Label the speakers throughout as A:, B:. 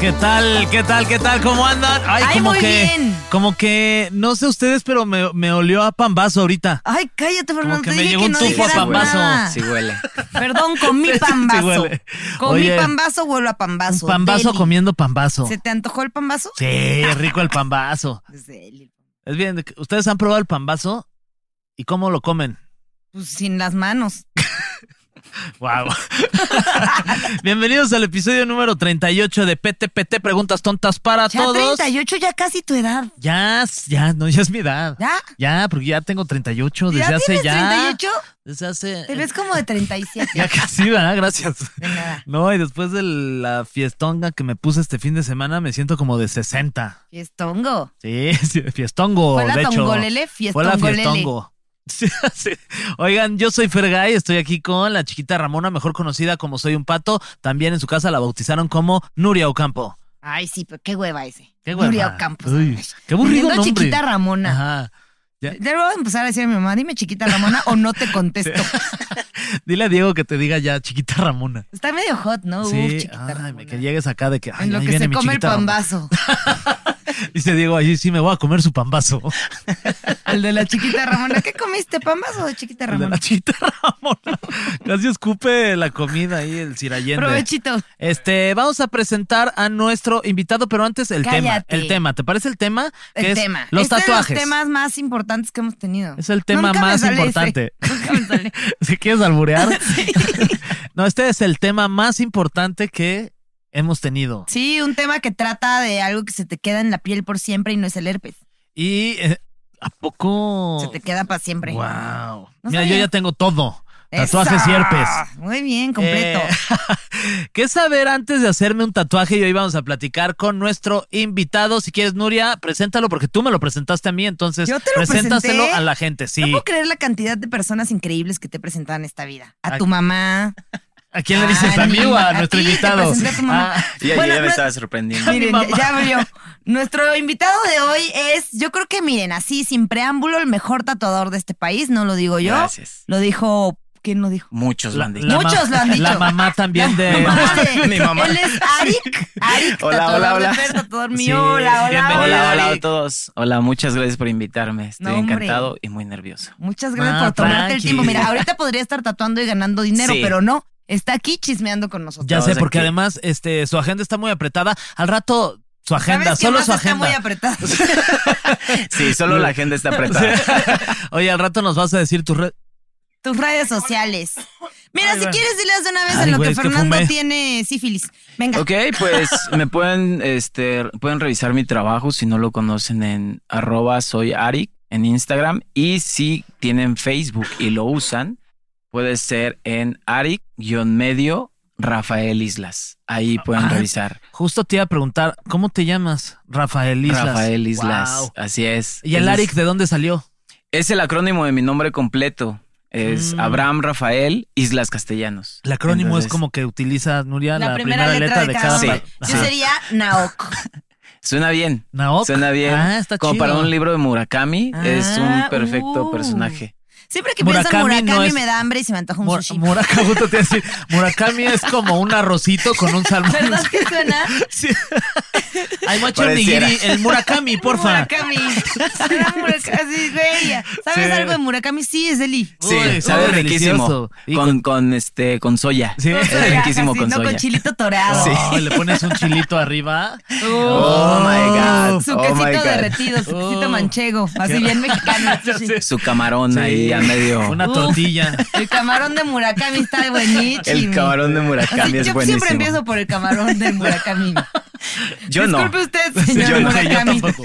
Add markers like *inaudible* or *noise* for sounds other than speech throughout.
A: ¿Qué tal? ¿Qué tal? ¿Qué tal? ¿Cómo andan?
B: Ay,
A: como
B: muy
A: que,
B: bien.
A: Como que, no sé ustedes, pero me, me olió a pambazo ahorita.
B: Ay, cállate, Fernando.
A: que
B: te
A: me
B: dije
A: llegó
B: que
A: un
B: no
A: tufo a
B: dijeras
A: pambazo.
B: nada.
C: Sí huele.
B: Perdón, comí
A: *laughs* Sí
B: pambazo.
A: huele.
B: Comí
A: Oye,
B: pambazo, vuelo a pambazo.
A: Pambazo
B: Deli.
A: comiendo pambazo.
B: ¿Se te antojó el pambazo?
A: Sí, rico el pambazo.
B: Pues, deli.
A: Es bien, ¿ustedes han probado el pambazo? ¿Y cómo lo comen?
B: Pues sin las manos.
A: Wow. *laughs* Bienvenidos al episodio número 38 de PTPT, Preguntas Tontas para
B: Ya
A: Todos.
B: 38, ya casi tu edad.
A: Ya, ya, no, ya es mi edad.
B: ¿Ya?
A: Ya, porque ya tengo 38 desde
B: ¿Ya
A: hace
B: tienes
A: ya.
B: 38?
A: Desde hace.
B: Te ves como de 37.
A: *laughs* Ya casi, ¿verdad? Gracias.
B: De nada.
A: No, y después de la fiestonga que me puse este fin de semana, me siento como de 60.
B: Fiestongo.
A: Sí, *laughs* sí, fiestongo,
B: Fue la
A: de hecho.
B: tongolele,
A: Fue la
B: fiestongolele.
A: fiestongo. *laughs* Sí, sí. Oigan, yo soy Fergay, estoy aquí con la chiquita Ramona, mejor conocida como Soy un Pato. También en su casa la bautizaron como Nuria Ocampo.
B: Ay, sí, pero qué hueva ese.
A: Qué hueva.
B: Nuria Ocampo.
A: Uy, qué aburrido
B: Poniendo
A: nombre.
B: chiquita Ramona.
A: Ajá. *laughs* Ya.
B: Le voy a empezar a decir a mi mamá, dime chiquita Ramona o no te contesto.
A: *laughs* Dile a Diego que te diga ya chiquita Ramona.
B: Está medio hot, ¿no? Uf,
A: sí,
B: chiquita
A: ay,
B: Ramona.
A: que llegues acá de que. ay,
B: en lo
A: ahí
B: que
A: viene
B: se
A: mi
B: come el
A: chiquita Ramona.
B: pambazo.
A: Dice Diego, ahí sí me voy a comer su pambazo.
B: *laughs* El de la chiquita Ramona. ¿Qué comiste? ¿Pambazo de chiquita
A: El de
B: Ramona?
A: la chiquita Ramona. Casi escupe la comida ahí, el Sirayende.
B: Provechito.
A: Este, vamos a presentar a nuestro invitado, pero antes el tema.
B: Cállate.
A: El tema, ¿te parece el tema?
B: El
A: Que es
B: tema.
A: Los
B: Este
A: tatuajes.
B: Es de los temas más importantes que hemos tenido.
A: Es el tema
B: Nunca me
A: más
B: sale ese. *laughs*
A: importante.
B: Nunca me sale.
A: *laughs* Si quieres alburear.
B: *laughs*
A: no, este es el tema más importante que hemos tenido.
B: Sí, un tema que trata de algo que se te queda en la piel por siempre y no es el herpes.
A: Y eh, ¿a poco?
B: Se te queda para siempre.
A: Wow.
B: No
A: Mira, yo
B: sabía.
A: ya tengo todo.
B: ¡Eso!
A: Tatuajes y herpes.
B: Muy bien, completo.
A: Eh, *laughs* ¿Qué saber antes de hacerme un tatuaje? Y hoy vamos a platicar con nuestro invitado. Si quieres, Nuria, preséntalo porque tú me lo presentaste a mí, entonces
B: Yo te lo
A: preséntaselo
B: presenté.
A: a la gente.
B: No
A: Sí.
B: puedo creer la cantidad de personas increíbles que te presentan en esta vida. A
A: Ay.
B: tu mamá.
A: ¿A quién le dices a mí o
B: *laughs*
A: a, nuestro
B: Ah, ti, te
A: invitado?
B: presenté a tu mamá.
A: Ah,
C: Y ayer
B: Bueno,
C: me
B: no-
C: estaba sorprendiendo.
B: Miren,
A: mamá.
B: *laughs* ya
A: *laughs*
B: abrió. Nuestro invitado de hoy es, yo creo que miren, así sin preámbulo, el mejor tatuador de este país, no lo digo yo.
C: Gracias.
B: Lo dijo, ¿quién lo dijo?
C: Muchos lo han dicho.
A: la
B: Muchos lo han dicho.
A: La mamá también de.
B: Mamá de-
C: Mi mamá.
B: Él es
A: *laughs*
B: Arik. Arik,
C: Hola,
B: tatuador
C: hola,
B: de
C: hola.
B: Fer, tatuador mío.
A: Sí,
B: hola, hola,
A: bienvenido.
B: hola.
C: Hola, hola a
A: Eric.
C: todos. Hola, muchas gracias por invitarme. Estoy
B: No, hombre.
C: encantado y muy nervioso.
B: Muchas gracias
A: Ah,
B: por tomarte el
A: tranqui.
B: tiempo. Mira, ahorita podría estar tatuando y ganando dinero,
C: Sí.
B: pero no. Está aquí chismeando con nosotros.
A: Ya sé,
C: Todos
A: porque
C: aquí.
A: además este, su agenda está muy apretada. Al rato, su agenda,
B: ¿Sabes qué
A: solo
B: más
A: su
B: está muy
A: agenda.
B: apretada.
A: *laughs*
C: Sí, solo la agenda está apretada.
A: Oye, al rato nos vas a decir tu red.
B: Tus redes sociales. Mira, si quieres, diles de una vez
A: Ay,
B: en lo
A: güey,
B: que
A: es que
B: Fernando
A: fumé.
B: tiene sífilis. Venga.
C: Ok, pues me pueden, este, pueden revisar mi trabajo si no lo conocen en arroba soy Arik en Instagram. Y si tienen Facebook y lo usan, puede ser en Arik-medio Rafael Islas. Ahí pueden
A: Ah,
C: revisar.
A: Justo te iba a preguntar, ¿cómo te llamas? Rafael Islas.
C: Rafael Islas.
A: Wow.
C: Así es.
A: ¿Y el
C: Ese es-
A: Aric de dónde salió?
C: Es el acrónimo de mi nombre completo. Es
A: Mm.
C: Abraham Rafael Islas Castellanos.
A: El acrónimo
C: Entonces,
A: es como que utiliza Nuria la, primera, letra, de cada,
C: Sí.
A: palabra.
B: Yo
A: Ajá.
B: sería Naok.
C: Suena bien.
A: Naok.
C: Suena bien.
A: Ah, está
C: como
A: chido.
C: para un libro de Murakami, es
B: Ah,
C: un perfecto
B: uh.
C: personaje.
B: Siempre que pienso en
A: Murakami
B: Murakami
A: no es-
B: me da hambre y se me antoja un
A: Mur- *laughs*
B: sushi. *laughs*
A: Murakami, justo te iba a decir, Murakami es como un arrocito con un salmón.
B: ¿Verdad que suena?
A: *laughs* Sí. Ay, macho
C: Pareciera.
A: nigiri, el Murakami, porfa.
B: Murakami. Suena Murakami. sí, güey. ¿Sabes
A: Sí.
B: algo de Murakami? Sí, es Eli.
A: Uy,
C: Sí, sabe
A: uy, delicioso.
C: riquísimo.
A: Y
C: Con, con este, con soya.
A: Sí.
B: Con
C: Es
B: soya,
C: riquísimo
B: casi,
C: con
B: no
C: soya.
B: con chilito torado.
A: Oh, le pones un chilito arriba.
C: Oh my God.
B: Su
C: oh my
B: quesito
C: God.
A: Oh. *laughs*
B: derretido, su quesito manchego. Así bien mexicano. el sushi.
C: Su camarón
A: Sí,
C: ahí al medio.
A: Una
B: Uf.
A: tortilla.
B: El camarón de Murakami está buenísimo.
C: El camarón de Murakami
B: Sí,
C: es
B: yo
C: buenísimo.
B: siempre empiezo por el camarón de Murakami.
C: *laughs* Yo no.
B: Disculpe usted, señor
C: *laughs* Yo no.
A: Sí, yo
B: Murakami.
C: *laughs*
A: tampoco.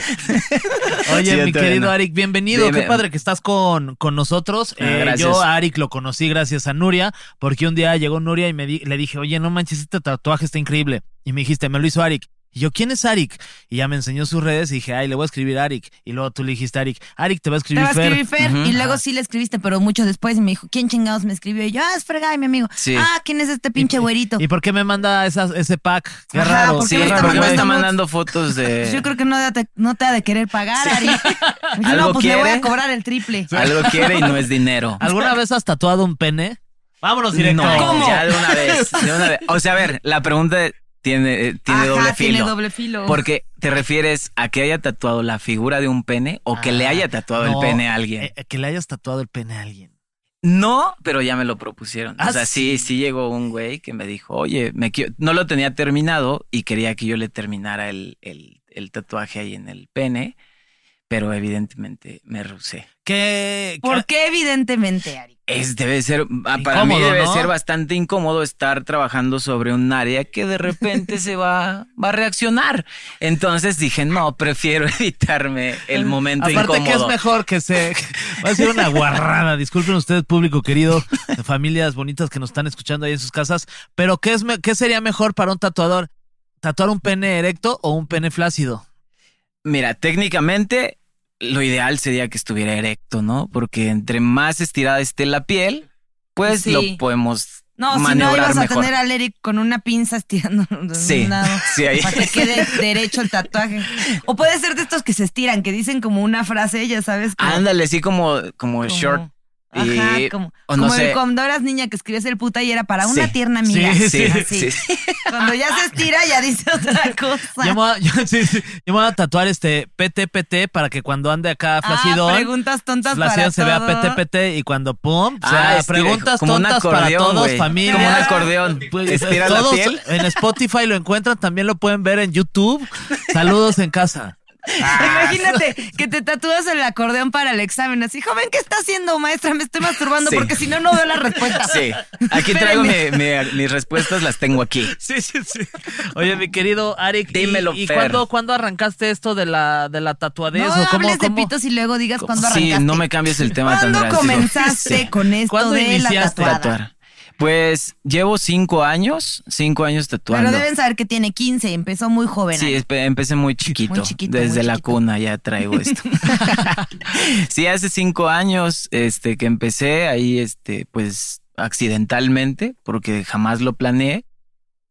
A: Oye,
C: Sí, yo
A: mi
C: todavía
A: querido
C: no.
A: Arik, bienvenido.
C: Dime.
A: Qué padre que estás con, con nosotros.
C: Ah,
A: Eh,
C: gracias.
A: yo a Arik lo conocí gracias a Nuria, porque un día llegó Nuria y me di- le dije, oye, no manches, este tatuaje está increíble. Y me dijiste, me lo hizo Arik. Y yo, ¿quién es Arik? Y ya me enseñó sus redes y dije, ay, le voy a escribir a Arik. Y luego tú le dijiste, Arik, Arik te va a
B: Te
A: escribir
B: va a
A: Fer.
B: escribir Fer. Y luego sí le escribiste, pero mucho después. Y me dijo, ¿quién chingados me escribió? Y yo, ah, es fregada, mi amigo.
C: Sí.
B: Ah, ¿quién es este pinche güerito?
A: ¿Y por qué me manda esas, ese pack? Qué
B: Ajá,
A: raro.
B: ¿por qué
C: Sí,
A: qué
B: me está
A: raro.
C: porque me
B: mandando
C: está
B: nudes?
C: mandando fotos de.
B: Pues Yo creo que no te, no te ha de querer pagar,
C: *laughs*
B: Ari. Y yo,
C: ¿Algo
B: no, pues le voy a
C: quiere?
B: cobrar el triple.
C: Algo quiere y no es dinero.
A: ¿Alguna vez has tatuado un pene? Vámonos directo.
C: No,
B: ¿Cómo?
C: ya de una vez. de una vez. O sea, a ver, la pregunta tiene, eh, tiene
B: Ajá,
C: doble filo.
B: tiene doble filo.
C: Porque te refieres a que haya tatuado la figura de un pene o que le
A: Ah,
C: haya tatuado
A: no,
C: el pene a alguien.
A: eh, que le hayas tatuado el pene a alguien.
C: No, pero ya me lo propusieron.
A: Ah,
C: o sea, sí, sí llegó un güey que me dijo, oye, me quiero- no lo tenía terminado y quería que yo le terminara el, el- el tatuaje ahí en el pene, pero evidentemente me rehusé.
A: ¿Qué?
B: ¿Por qué? Evidentemente, Ari.
C: Es, debe ser, ah, para mí
A: Incómodo,
C: debe
A: ¿no?
C: ser bastante incómodo estar trabajando sobre un área que de repente se va, va a reaccionar. Entonces dije, no, prefiero *laughs* evitarme el momento
A: Aparte que es
C: incómodo.
A: mejor que se... Va a ser una guarrada. Disculpen ustedes, público querido, de familias bonitas que nos están escuchando ahí en sus casas. Pero ¿qué, es me- qué sería mejor para un tatuador? ¿Tatuar un pene erecto o un pene flácido?
C: Mira, técnicamente lo ideal sería que estuviera erecto, ¿no? Porque entre más estirada esté la piel, pues
B: Sí.
C: lo podemos
B: No, si no
C: maniobrar
B: ibas a
C: mejor.
B: tener al Eric con una pinza estirando de
C: Sí,
B: un lado
C: sí, ahí.
B: para que
C: *laughs*
B: quede derecho el tatuaje. O puede ser de estos que se estiran, que dicen como una frase, ya sabes. como-
C: Ándale, sí, como, como,
B: como-
C: short. y-
B: Ajá, como,
C: o no
B: como
C: sé.
B: el- cuando eras niña que escribías el puta y era para una
C: Sí.
B: tierna amiga.
A: Sí,
C: Sí,
B: Así.
C: sí, sí.
B: Cuando ya se estira, ya dice
C: *laughs*
B: otra
A: Yo me,
B: cosa.
A: voy a, *laughs* yo, sí, sí, yo me voy a tatuar este PTPT para que cuando ande acá flácido...
B: Ah, preguntas tontas para
A: Flacidón se vea
B: todo.
A: PTPT y cuando pum, o sea,
C: Ah, estira,
A: preguntas
C: como un
A: tontas para
C: acordeón,
A: todos,
C: güey.
A: familia. Pues,
C: Como un acordeón. Estira la
A: todos
C: piel.
A: En Spotify lo encuentran, también lo pueden ver en YouTube. Saludos en casa.
C: Ah,
B: Imagínate que te tatúas el acordeón para el examen. Así, joven, ¿qué está haciendo, maestra? Me estoy masturbando
C: Sí.
B: porque si no, no
C: *laughs*
B: veo la respuesta. *laughs*
C: Sí. Aquí traigo mi- mi- mis respuestas, las tengo aquí.
A: Sí, sí, sí. Oye, mi querido Arik,
C: Dímelo,
A: ¿y, y
C: Fer.
A: cuándo, cuándo arrancaste esto de la, de la tatuadez?
B: No
A: o cómo-
B: hables de
A: cómo-
B: pitos y luego digas cuándo
C: sí,
B: arrancaste.
C: no me cambies el tema tan
B: ¿Cuándo
C: drástico.
B: comenzaste
C: Sí.
B: con esto
A: ¿Cuándo
B: de la
A: iniciaste?
B: tatuada?
C: Tatuar. Pues llevo cinco años, cinco años tatuando.
B: Pero deben saber que tiene 15, empezó muy joven.
C: Sí,
B: Ari.
C: espe- empecé muy chiquito.
B: Muy chiquito,
C: Desde
B: muy
C: la
B: chiquito.
C: cuna ya traigo
B: *laughs*
C: esto. sí, hace cinco años este, que empecé ahí, este, pues accidentalmente, porque jamás lo planeé.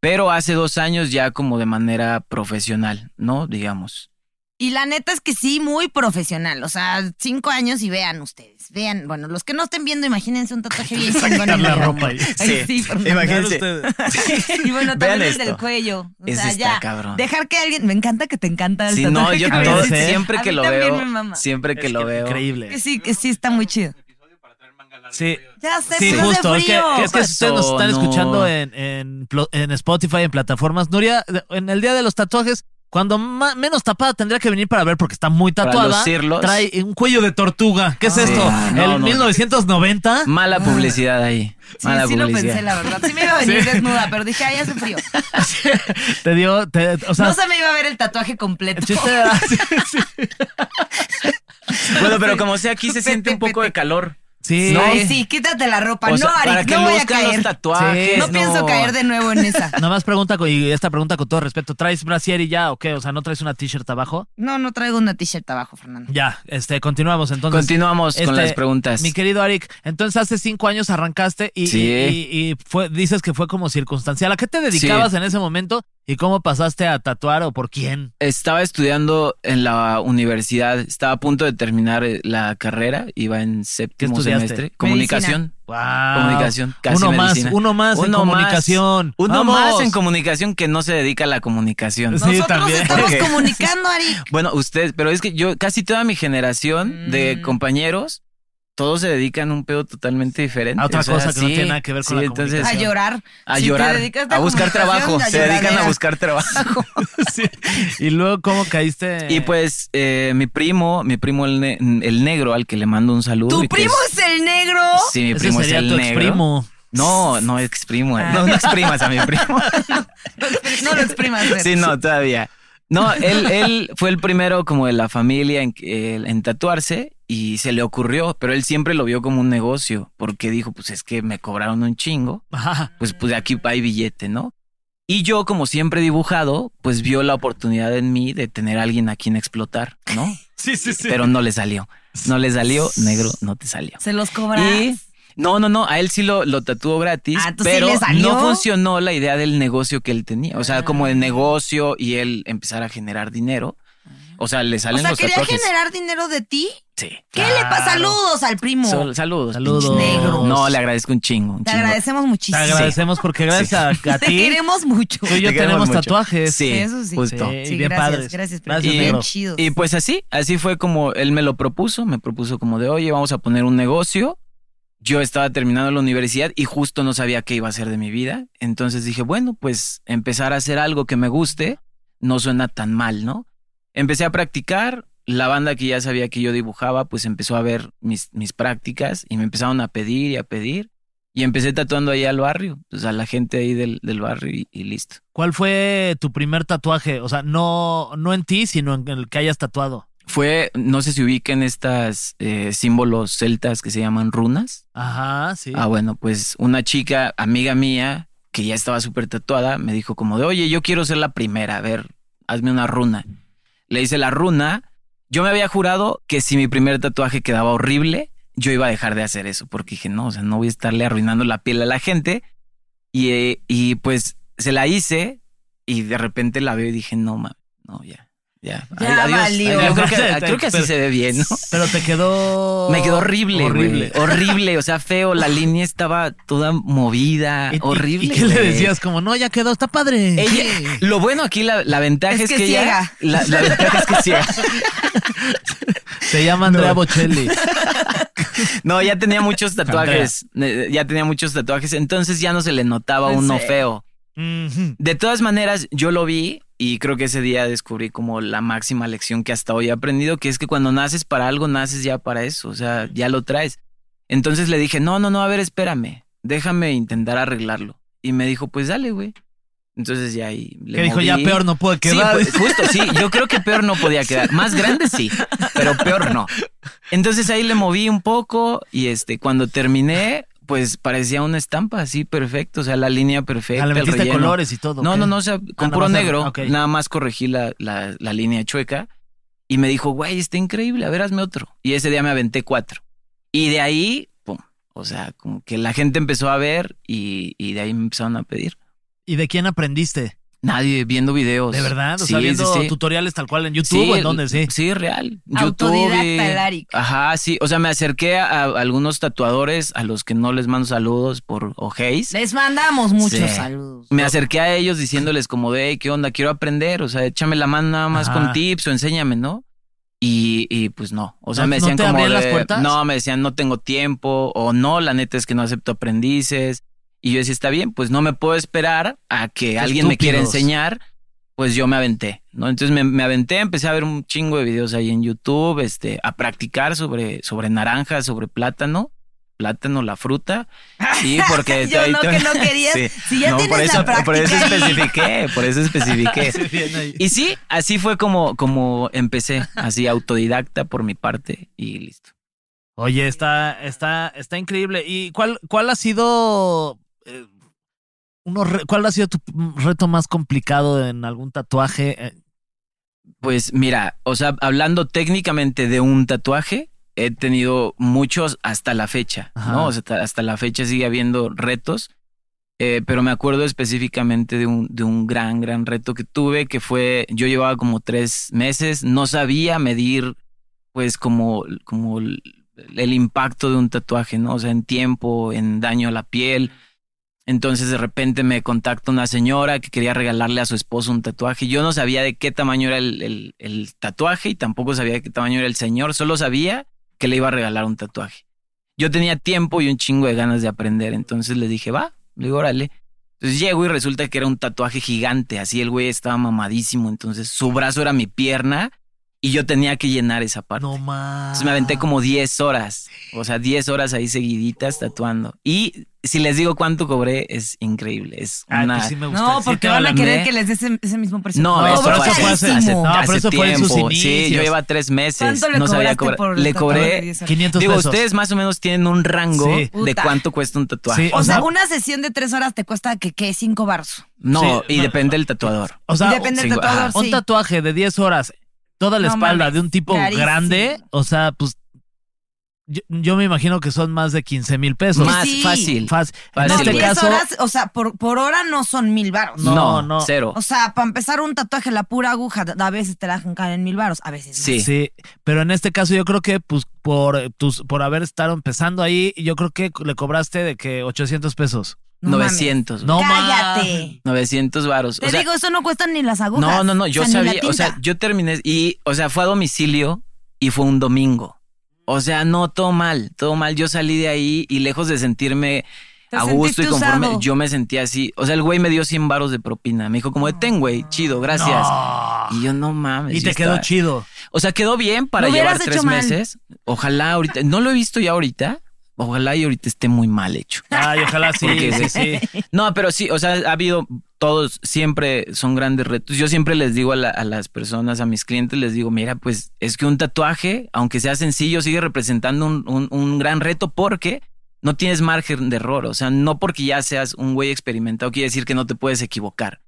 C: Pero hace dos años ya como de manera profesional, ¿no? Digamos.
B: Y la neta es que sí, muy profesional. O sea, cinco años y vean ustedes. Vean, bueno, los que no estén viendo, imagínense un tatuaje bien chingón. en
A: la
B: el-
A: ropa ahí.
B: Ay, sí, Fernando. *laughs* Y bueno,
C: Vean
B: también el del
C: esto.
B: cuello. O
C: Ese
B: sea,
C: está
B: ya.
C: cabrón.
B: Dejar que alguien. Me encanta que te encanta el
C: Sí,
B: tatuaje.
C: no, yo
B: que me
C: todo-
B: hiciste.
C: siempre
B: A
C: que
B: mí
C: lo
B: también
C: veo,
B: me mama.
C: siempre que
A: Es
C: lo
A: que
C: veo.
B: Que
A: Increíble.
B: sí, que sí está muy chido.
A: Sí.
B: Ya sé,
A: Sí,
B: pero hace
A: justo. Es que,
B: frío.
A: es que si ustedes nos están
C: No.
A: escuchando en, en, plo- en Spotify, en plataformas. Nuria, en el día de los tatuajes, cuando ma- menos tapada tendría que venir para ver porque está muy
C: Para
A: tatuada.
C: lucirlos.
A: Trae un cuello de tortuga. ¿Qué es
C: Ah,
A: esto?
C: sí. No,
A: ¿El
C: no. *laughs*
A: 1990?
B: *laughs*
C: Mala publicidad ahí.
B: Sí,
C: mala
B: sí lo
C: publicidad. *laughs*
B: pensé, la verdad. Sí me iba a venir
A: Sí.
B: desnuda, pero dije, ay, hace frío.
A: Te dio. te- o sea,
B: No se me iba a ver el tatuaje completo.
A: el chiste era- sí, sí.
C: Bueno, pero como sea, aquí se
B: Vete,
C: siente un poco
B: vete.
C: de calor.
B: *laughs*
A: Sí.
B: Ay, sí, quítate la ropa.
C: O sea,
B: no,
C: para
B: Ari,
C: que
B: no voy a
C: luzcan los
B: caer.
C: tatuajes.
B: No,
C: no.
B: pienso caer de nuevo en esa.
A: Nada más pregunta, con- y esta pregunta con todo respeto, ¿traes brasier y ya o qué? O sea, ¿no traes una t-shirt abajo?
B: No, no traigo una t-shirt abajo,
C: *laughs*
B: Fernando.
A: Ya, este, continuamos entonces.
C: Continuamos con
A: Este,
C: las preguntas.
A: Mi querido Arik, entonces hace cinco años arrancaste y,
C: Sí.
A: y- y- y fue, dices que fue como circunstancial. ¿A qué te dedicabas en ese momento y cómo pasaste a tatuar o por quién?
C: Estaba estudiando en la universidad, estaba a punto de terminar eh, la carrera, iba en séptimo
A: estudiaste?
C: semestre. Comunicación.
A: Wow.
C: Comunicación, casi
A: uno
C: medicina.
A: más, uno más en
C: Uno más.
A: comunicación.
C: Uno
A: ¡Vamos!
C: más en comunicación que no se dedica a la comunicación.
A: Sí,
B: Nosotros
A: también.
C: *laughs*
B: estamos comunicando, Ari. Mm.
C: Bueno, ustedes, pero es que yo, casi toda mi generación de compañeros todos se dedican a un pedo totalmente diferente.
A: A otra
C: O sea,
A: cosa que no
C: sí,
A: tiene nada que ver con
C: sí,
A: la
C: entonces,
B: A
A: comunicación.
B: llorar.
C: A
B: Si te
C: llorar,
B: dedicas
C: a buscar trabajo,
B: comunicación,
C: se
B: la
C: dedican a
B: lloradera.
C: buscar
B: *laughs*
C: trabajo.
A: Sí. Y luego, ¿cómo caíste?
C: Y pues eh, mi primo, mi primo el, ne- el negro, al que le mando un saludo.
B: ¿Tu
C: y que
B: primo
C: es-
B: es el negro?
C: Sí, mi
A: Ese
C: primo
A: sería
C: es el
A: tu
C: negro.
A: exprimo.
C: No, no exprimo. No, no
B: Ah.
C: exprimas a mi primo.
B: No lo
C: *laughs*
B: exprimas. Fer.
C: Sí, no, todavía. No, él, él fue el primero como de la familia en, eh, en tatuarse y se le ocurrió, pero él siempre lo vio como un negocio porque dijo, pues es que me cobraron un chingo,
A: Ajá.
C: pues, pues aquí hay billete, ¿no? Y yo, como siempre he dibujado, pues vio la oportunidad en mí de tener a alguien a quien explotar, ¿no?
A: *laughs* Sí, sí, sí.
C: Pero no le salió. No le salió, negro, no te salió.
B: Se los cobras.
C: Y no, no, no, a él sí lo, lo tatuó gratis,
B: Ah, entonces sí
C: pero
B: le salió. Ah.
C: no funcionó la idea del negocio que él tenía, o sea, como el negocio y él empezar a generar dinero. O sea,
B: Ah.
C: le
B: O
C: salen
B: sea,
C: los
B: quería
C: tatuajes.
B: generar dinero de ti.
C: Sí.
B: ¿Qué le pasa? Saludos al primo.
C: Sol- saludos.
A: Saludos.
C: pinche negro.
A: Negros.
C: No, le agradezco un chingo, un
B: Te
C: chingo.
B: agradecemos
A: Te
B: muchísimo.
A: agradecemos porque gracias
C: *laughs*
A: a, a
B: Te
A: ti,
B: queremos mucho.
A: tú y yo
C: Te queremos
A: tenemos
C: mucho.
A: tatuajes.
C: Sí,
B: Eso sí.
C: justo.
A: Sí,
B: Sí,
A: bien
B: gracias,
A: padres.
B: gracias, primo.
A: Gracias,
C: Y-
B: Bien
A: negro.
B: chidos.
C: Y pues así, así fue como él me lo propuso, me propuso como de, oye, vamos a poner un negocio. Yo estaba terminando la universidad y justo no sabía qué iba a hacer de mi vida. Entonces dije, bueno, pues empezar a hacer algo que me guste no suena tan mal, ¿no? Empecé a practicar, la banda que ya sabía que yo dibujaba, pues empezó a ver mis, mis prácticas y me empezaron a pedir y a pedir. Y empecé tatuando ahí al barrio, pues a la gente ahí del, del barrio y- y listo.
A: ¿Cuál fue tu primer tatuaje? O sea, no, no en ti, sino en el que hayas tatuado.
C: fue, no sé si ubiquen estas eh, símbolos celtas que se llaman runas.
A: Ajá, sí.
C: Ah, bueno, pues una chica, amiga mía, que ya estaba súper tatuada, me dijo como de, oye, yo quiero ser la primera, a ver, hazme una runa. Le hice la runa. Yo me había jurado que si mi primer tatuaje quedaba horrible, yo iba a dejar de hacer eso, porque dije, no, o sea, no voy a estarle arruinando la piel a la gente. Y, eh, y pues se la hice y de repente la veo y dije, no, ma, no, ya, ya.
B: Ya valió.
C: Yo creo que, creo que así se ve bien, ¿no?
A: *laughs* Pero te quedó.
C: Me quedó horrible, horrible,
A: Horrible.
C: horrible, o sea, feo, la línea estaba toda movida,
A: ¿Y- y-
C: horrible.
A: ¿Y qué le
C: güey.
A: decías? Como, no, ya quedó, está padre.
C: Ella, lo bueno aquí, la, la ventaja
B: Es
C: es,
B: que
C: que, ella-
B: ciega.
C: la, la
A: *laughs*
C: ventaja es que ciega.
A: Se llama Andrea *laughs* Bocelli.
C: No, ya tenía muchos tatuajes, eh, ya tenía muchos tatuajes, entonces ya no se le notaba
B: Pues
C: uno
B: sí.
C: feo.
A: Ujú.
C: De todas maneras, yo lo vi y creo que ese día descubrí como la máxima lección que hasta hoy he aprendido, que es que cuando naces para algo, naces ya para eso, o sea, ya lo traes. Entonces le dije, no, no, no, a ver, espérame, déjame intentar arreglarlo. Y me dijo, pues dale, güey. Entonces ya ahí le
A: Que dijo, ya
C: moví.
A: peor no puede
C: Sí,
A: quedar.
C: pues, justo, sí. Yo creo que peor no podía quedar. Más grande sí, pero peor no. Entonces ahí le moví un poco y este, cuando terminé, pues parecía una estampa así perfecto, o sea, la línea perfecta.
A: Ah, le
C: el
A: metiste
C: relleno.
A: colores y todo.
C: No,
A: ¿ok?
C: no, no, o sea,
A: Ah,
C: con puro
A: nada más el-
C: negro.
A: ok.
C: Nada más corregí la, la, la línea chueca y me dijo, güey, está increíble, a ver, hazme otro. Y ese día me aventé cuatro. Y de ahí, pum, o sea, como que la gente empezó a ver y, y de ahí me empezaron a pedir.
A: ¿Y de quién aprendiste?
C: Nadie viendo videos.
A: De verdad, o
C: Sí,
A: sea,
C: sí,
A: viendo
C: sí.
A: tutoriales tal cual en YouTube o en dónde, sí. pues,
C: Sí, real.
B: Autodidacta
C: YouTube y-
B: el Arik.
C: Ajá, sí. O sea, me acerqué a, a algunos tatuadores a los que no les mando saludos por ojéis.
B: Les mandamos muchos
C: Sí.
B: saludos.
C: Me acerqué a ellos diciéndoles como de, "Hey, ¿qué onda? Quiero aprender. O sea, échame la mano nada más
A: Ajá.
C: con tips o enséñame, ¿no? Y, y, pues no. O sea,
A: ¿No-
C: me
A: no
C: decían
A: te
C: como
A: abrían las
C: de-
A: puertas?
C: No, me decían no tengo tiempo o no, la neta es que no acepto aprendices. Y yo decía, está bien, pues no me puedo esperar a que alguien me quiera
A: estúpidos.
C: enseñar. Pues yo me aventé, ¿no? Entonces me, me aventé, empecé a ver un chingo de videos ahí en YouTube, este, a practicar sobre, sobre naranja, sobre plátano, plátano, la
A: *laughs*
C: fruta. Sí,
B: *laughs*
C: porque
B: Yo
C: ahí
B: no,
C: te- *laughs*
B: que no querías. Si ya tienes
C: por
B: la
C: eso, por eso
B: práctica ahí.
C: especifiqué, por eso
B: *laughs*
C: especifiqué. Y sí, así fue como, como empecé, así autodidacta por mi parte y listo.
A: Oye, está, está, está increíble. ¿Y cuál, cuál ha sido eh, uno re- cuál ha sido tu reto más complicado en algún tatuaje? Eh,
C: Pues mira, o sea, hablando técnicamente de un tatuaje, he tenido muchos hasta la fecha,
A: Ajá.
C: ¿no? O sea, hasta, hasta la fecha sigue habiendo retos, eh, pero me acuerdo específicamente de un, de un gran, gran reto que tuve, que fue, yo llevaba como tres meses, no sabía medir, pues, como, como el, el impacto de un tatuaje, ¿no? O sea, en tiempo, en daño a la piel. Entonces de repente me contacta una señora que quería regalarle a su esposo un tatuaje. Yo no sabía de qué tamaño era el, el- el tatuaje y tampoco sabía de qué tamaño era el señor. Solo sabía que le iba a regalar un tatuaje. yo tenía tiempo y un chingo de ganas de aprender. Entonces le dije, va, le digo, órale. Entonces llego y resulta que era un tatuaje gigante. Así el güey estaba mamadísimo. Entonces su brazo era mi pierna y yo tenía que llenar esa parte.
A: No más.
C: Entonces pues, me aventé como 10 horas. O sea, 10 horas ahí seguiditas tatuando. Y si les digo cuánto cobré, es increíble. Es
A: Ay,
C: una.
A: pues sí me gusta.
B: No,
A: Sí
B: porque
A: te
B: van a
A: hablan,
B: querer
C: ¿eh?
B: que les des ese, ese mismo precio.
C: No,
A: No,
C: eso
A: pero
C: fue
A: eso fue hace-
B: carísimo.
A: hace- no, pero eso fue en sus
C: Sí, yo
A: inicios.
C: lleva tres meses.
B: ¿Cuánto le
C: no sabía
B: cobraste
C: cobrar.
B: por el
C: le
B: tatuaje de
C: cobré.
B: 10 horas?
A: 500
C: Digo,
A: pesos.
C: ustedes más o menos tienen un rango
A: Sí.
C: de
B: Puta.
C: cuánto cuesta un tatuaje.
A: Sí,
B: O,
A: O
B: sea,
A: sea-
B: una sesión de tres horas te cuesta que qué, cinco baros.
C: No,
A: Sí,
C: y
A: no.
C: depende del tatuador.
A: O sea,
B: Depende del
C: cinco,
B: tatuador,
C: ajá.
A: un
B: sí.
A: tatuaje de 10 horas, toda la
B: No
A: espalda
B: mames,
A: de un tipo
B: carísimo.
A: grande, o sea, pues yo, yo me imagino que son más de 15 mil pesos.
C: Más
B: sí.
C: fácil.
A: Fácil. En
C: Fácil,
B: No,
C: sí,
A: este
C: güey.
B: diez
A: caso,
B: horas, o sea, por, por hora no son mil baros.
A: No,
C: No,
A: no.
C: cero.
B: O sea, para empezar un tatuaje, la pura aguja, a veces te la dejan caer en mil baros, a veces no.
C: Sí.
A: Sí, pero en este caso yo creo que pues por eh, tus por haber estado empezando ahí, yo creo que le cobraste de que 800 pesos.
B: No mames.
C: 900.
A: No
B: Cállate.
C: 900 varos.
B: Te
C: O sea,
B: digo, eso no cuesta ni las agujas.
C: no, no, no. Yo
B: o sea, ni la
C: sabía. O sea,
B: tinta.
C: yo terminé. Y, o sea, fue a domicilio y fue un domingo. O sea, no, todo mal. Todo mal. Yo salí de ahí y lejos de sentirme
B: Te
C: a gusto y
B: sentiste
C: conforme,
B: usado.
C: yo me sentía así. O sea, el güey me dio 100 varos de propina. Me dijo, como, ten, güey, chido, gracias. Y yo, no mames.
A: Y
C: yo
A: te quedó
C: estaba-
A: chido.
C: O sea, quedó bien para
B: Lo hubieras
C: llevar tres
B: hecho mal.
C: meses. Ojalá ahorita, no lo he visto ya ahorita. Ojalá y ahorita esté muy mal hecho.
A: Ay, ojalá sí,
C: Porque-
A: sí, sí.
C: No, pero sí, o sea, ha habido todos, siempre son grandes retos. Yo siempre les digo a, la- a las personas, a mis clientes, les digo, mira, pues es que un tatuaje, aunque sea sencillo, sigue representando un, un- un gran reto porque no tienes margen de error. O sea, no porque ya seas un güey experimentado quiere decir que no te puedes equivocar.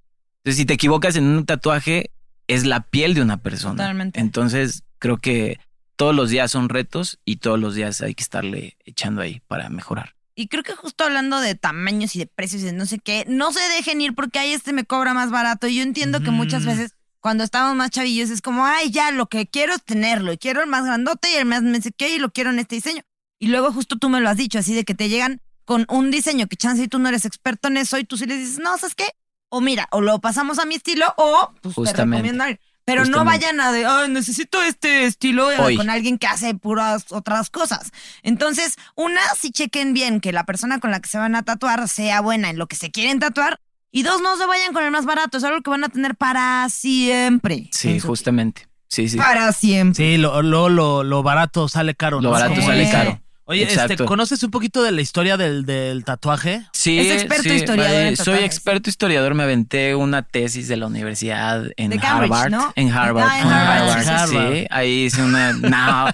C: Entonces, si te equivocas en un tatuaje, es la piel de una persona.
B: Totalmente.
C: Entonces, creo que todos los días son retos y todos los días hay que estarle echando ahí para mejorar.
B: Y creo que justo hablando de tamaños y de precios y de no sé qué, no se dejen ir porque ahí este me cobra más barato. Y yo entiendo que muchas
A: Mm.
B: veces cuando estamos más chavillos es como, ay, ya, lo que quiero es tenerlo. Y quiero el más grandote y el más me sé qué y lo quiero en este diseño. Y luego justo tú me lo has dicho, así de que te llegan con un diseño que chance y tú no eres experto en eso y tú sí les dices, no, ¿sabes qué? O mira, o lo pasamos a mi estilo o pues te
C: Justamente.
B: recomiendo a alguien. Pero no
C: Justamente.
B: vayan a de, ay, necesito este estilo eh,
C: Hoy.
B: con alguien que hace puras otras cosas. Entonces, una, si chequen bien que la persona con la que se van a tatuar sea buena en lo que se quieren tatuar. Y dos, no se vayan con el más barato. Es algo que van a tener para siempre.
C: Sí,
B: En su-
C: justamente. Sí, sí.
B: Para siempre.
A: Sí, lo, lo, lo, lo barato sale caro.
C: Lo
A: ¿no?
C: barato
A: Como
C: sale
A: dice.
C: caro.
A: Oye, este,
C: Exacto.
A: ¿conoces un poquito de la historia del, del tatuaje?
C: Sí,
B: Es experto historiador en
C: soy
B: tatuajes.
C: experto historiador. Me aventé una tesis de la universidad en
B: De Cambridge,
C: Harvard.
B: ¿no?
C: En Harvard.
B: Ah, en Harvard,
A: sí, sí.
C: Sí, ahí hice una. No.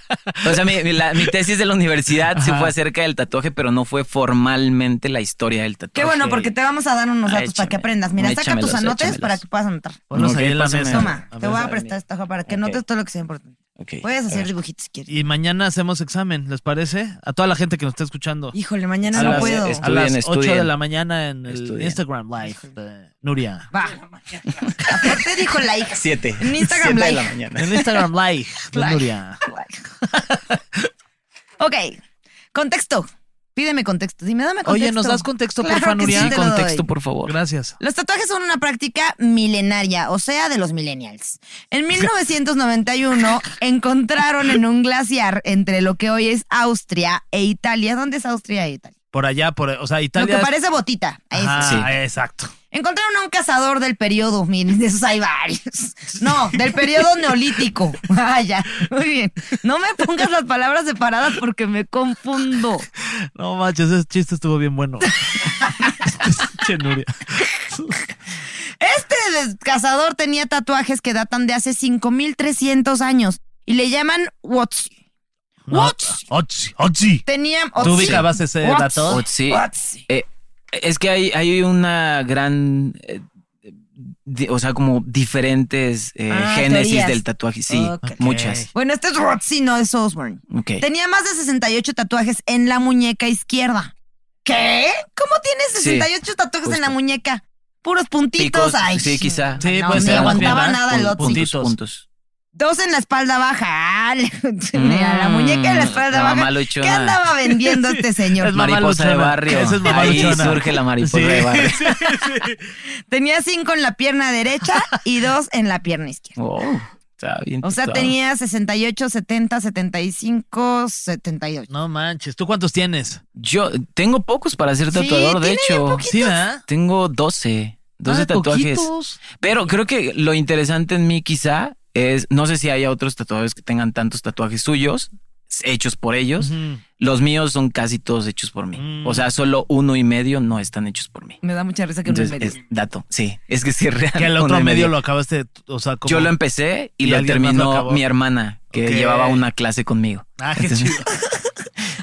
C: O sea, mi, mi- la- mi tesis de la universidad sí fue acerca del tatuaje, pero no fue formalmente la historia del tatuaje.
B: Qué bueno, porque te vamos a dar unos
C: Ah,
B: datos para que
C: échame.
B: aprendas. Mira, saca tus
C: Échamelos,
B: anotes
C: échamelos.
B: para que puedas anotar.
A: Ponlos
C: Ok,
A: ahí en la
C: pásame.
A: mesa.
B: Toma,
C: a
B: te
C: ver,
B: voy a
C: dale.
B: prestar esta hoja para que
C: Ok.
B: notes todo lo que sea importante.
C: Ok,
B: Puedes
C: a
B: hacer
C: ver.
B: dibujitos si quieres.
A: Y mañana hacemos examen, ¿les parece? A toda la gente que nos está escuchando.
B: Híjole, mañana
C: A
B: no
C: las-
B: puedo.
C: est-
A: A las
C: Estudien,
A: 8 de
C: estudien.
A: la mañana en el
C: Estudien.
A: Instagram Live de Nuria.
B: Va. Aparte dijo la hija.
C: Siete.
B: En Instagram
C: Siete de
B: Live.
C: la mañana.
A: En el Instagram Live de
C: *laughs*
B: Live.
A: Nuria.
B: ok, contexto. Pídeme contexto. Dime, dame contexto.
A: Oye, ¿nos das contexto,
B: Claro
A: porfa,
B: que
A: Nuria?
B: sí,
C: Sí,
B: te lo
C: contexto,
B: doy.
C: por favor.
A: Gracias.
B: Los tatuajes son una práctica milenaria, o sea, de los millennials. En 1991 encontraron en un glaciar entre lo que hoy es Austria e Italia. ¿Dónde es Austria e Italia?
A: Por allá, por, o sea,
B: Lo
A: Italia.
B: que
A: es-
B: parece botita. Ahí
A: Ah,
B: sí.
C: Sí.
A: exacto.
B: Encontraron a un cazador del periodo, miren, de esos hay varios. No, del periodo
A: *laughs*
B: neolítico. Vaya, muy bien. No me pongas las palabras separadas porque me confundo.
A: No manches, ese chiste estuvo bien
C: *laughs*
A: bueno. che, Nuria.
B: Este des- cazador tenía tatuajes que datan de hace 5300 años y le llaman Wotzi.
A: No,
B: Wotzi.
A: Otzi, Otzi.
B: Tenía
A: ¿Tú
B: Otzi.
A: ubicabas ese
B: Otzi.
A: dato?
C: Otzi.
B: Otzi.
C: Eh, es que hay, hay una gran. eh, di- o sea, como diferentes eh,
B: Ah,
C: génesis
B: teorías.
C: del tatuaje. Sí,
B: Ok.
C: muchas.
B: Bueno, este es Wotzi, no es Osborne.
C: Ok.
A: Eh.
B: Tenía más de 68 tatuajes en la muñeca izquierda. ¿Qué? ¿Cómo tienes
C: Sí,
B: 68 tatuajes en la
C: justo.
B: muñeca? Puros puntitos.
C: Picos,
B: Ay,
C: sí, pues quizá.
A: Sí,
B: no,
A: puede
B: ni
A: ser,
B: aguantaba
A: más bien,
B: nada el
A: Pun-
B: otro.
A: puntitos.
C: Puntitos, puntos.
B: Dos en la espalda baja. Ah, le- *laughs* Mira,
A: Mm.
B: la muñeca en la espalda
C: la
B: baja.
C: mamá
B: ¿Qué
C: luchona.
B: andaba
A: *laughs*
B: vendiendo este señor?
A: Es mamá
C: Mariposa de
A: luchona.
C: barrio.
A: Esa es mamá
C: Ahí
A: luchona.
C: surge la mariposa
A: Sí.
C: de barrio.
B: Tenía cinco en la pierna derecha y dos en la pierna izquierda.
C: Oh, Está bien.
B: O sea,
C: tostado.
B: tenía 68, 70, 75, 78.
A: *laughs* No manches. ¿Tú cuántos tienes?
C: Yo tengo pocos para ser
B: Sí,
C: tatuador, de
B: tiene bien
C: hecho.
B: poquitos.
A: Sí, ¿verdad?
C: Tengo 12. 12
A: Ah,
C: tatuajes.
A: poquitos.
C: Pero creo que lo interesante en mí quizá es, no sé si haya otros tatuadores que tengan tantos tatuajes suyos, hechos por ellos.
A: Ujú.
C: Los míos son casi todos hechos por mí.
A: Mm.
C: O sea, solo uno y medio no están hechos por mí.
B: Me da mucha risa que no me
C: Entonces, es dato, sí. Es que sí, *laughs* real.
A: Que el
C: uno
A: otro
C: y
A: medio lo acabaste, o sea, como...
C: Yo lo empecé y,
A: Y
C: lo
A: alguien más lo
C: terminó
A: acabó.
C: mi hermana, que
A: Ok.
C: llevaba una clase conmigo.
A: Ah,
B: *laughs*
A: qué
C: Entonces-
A: chido.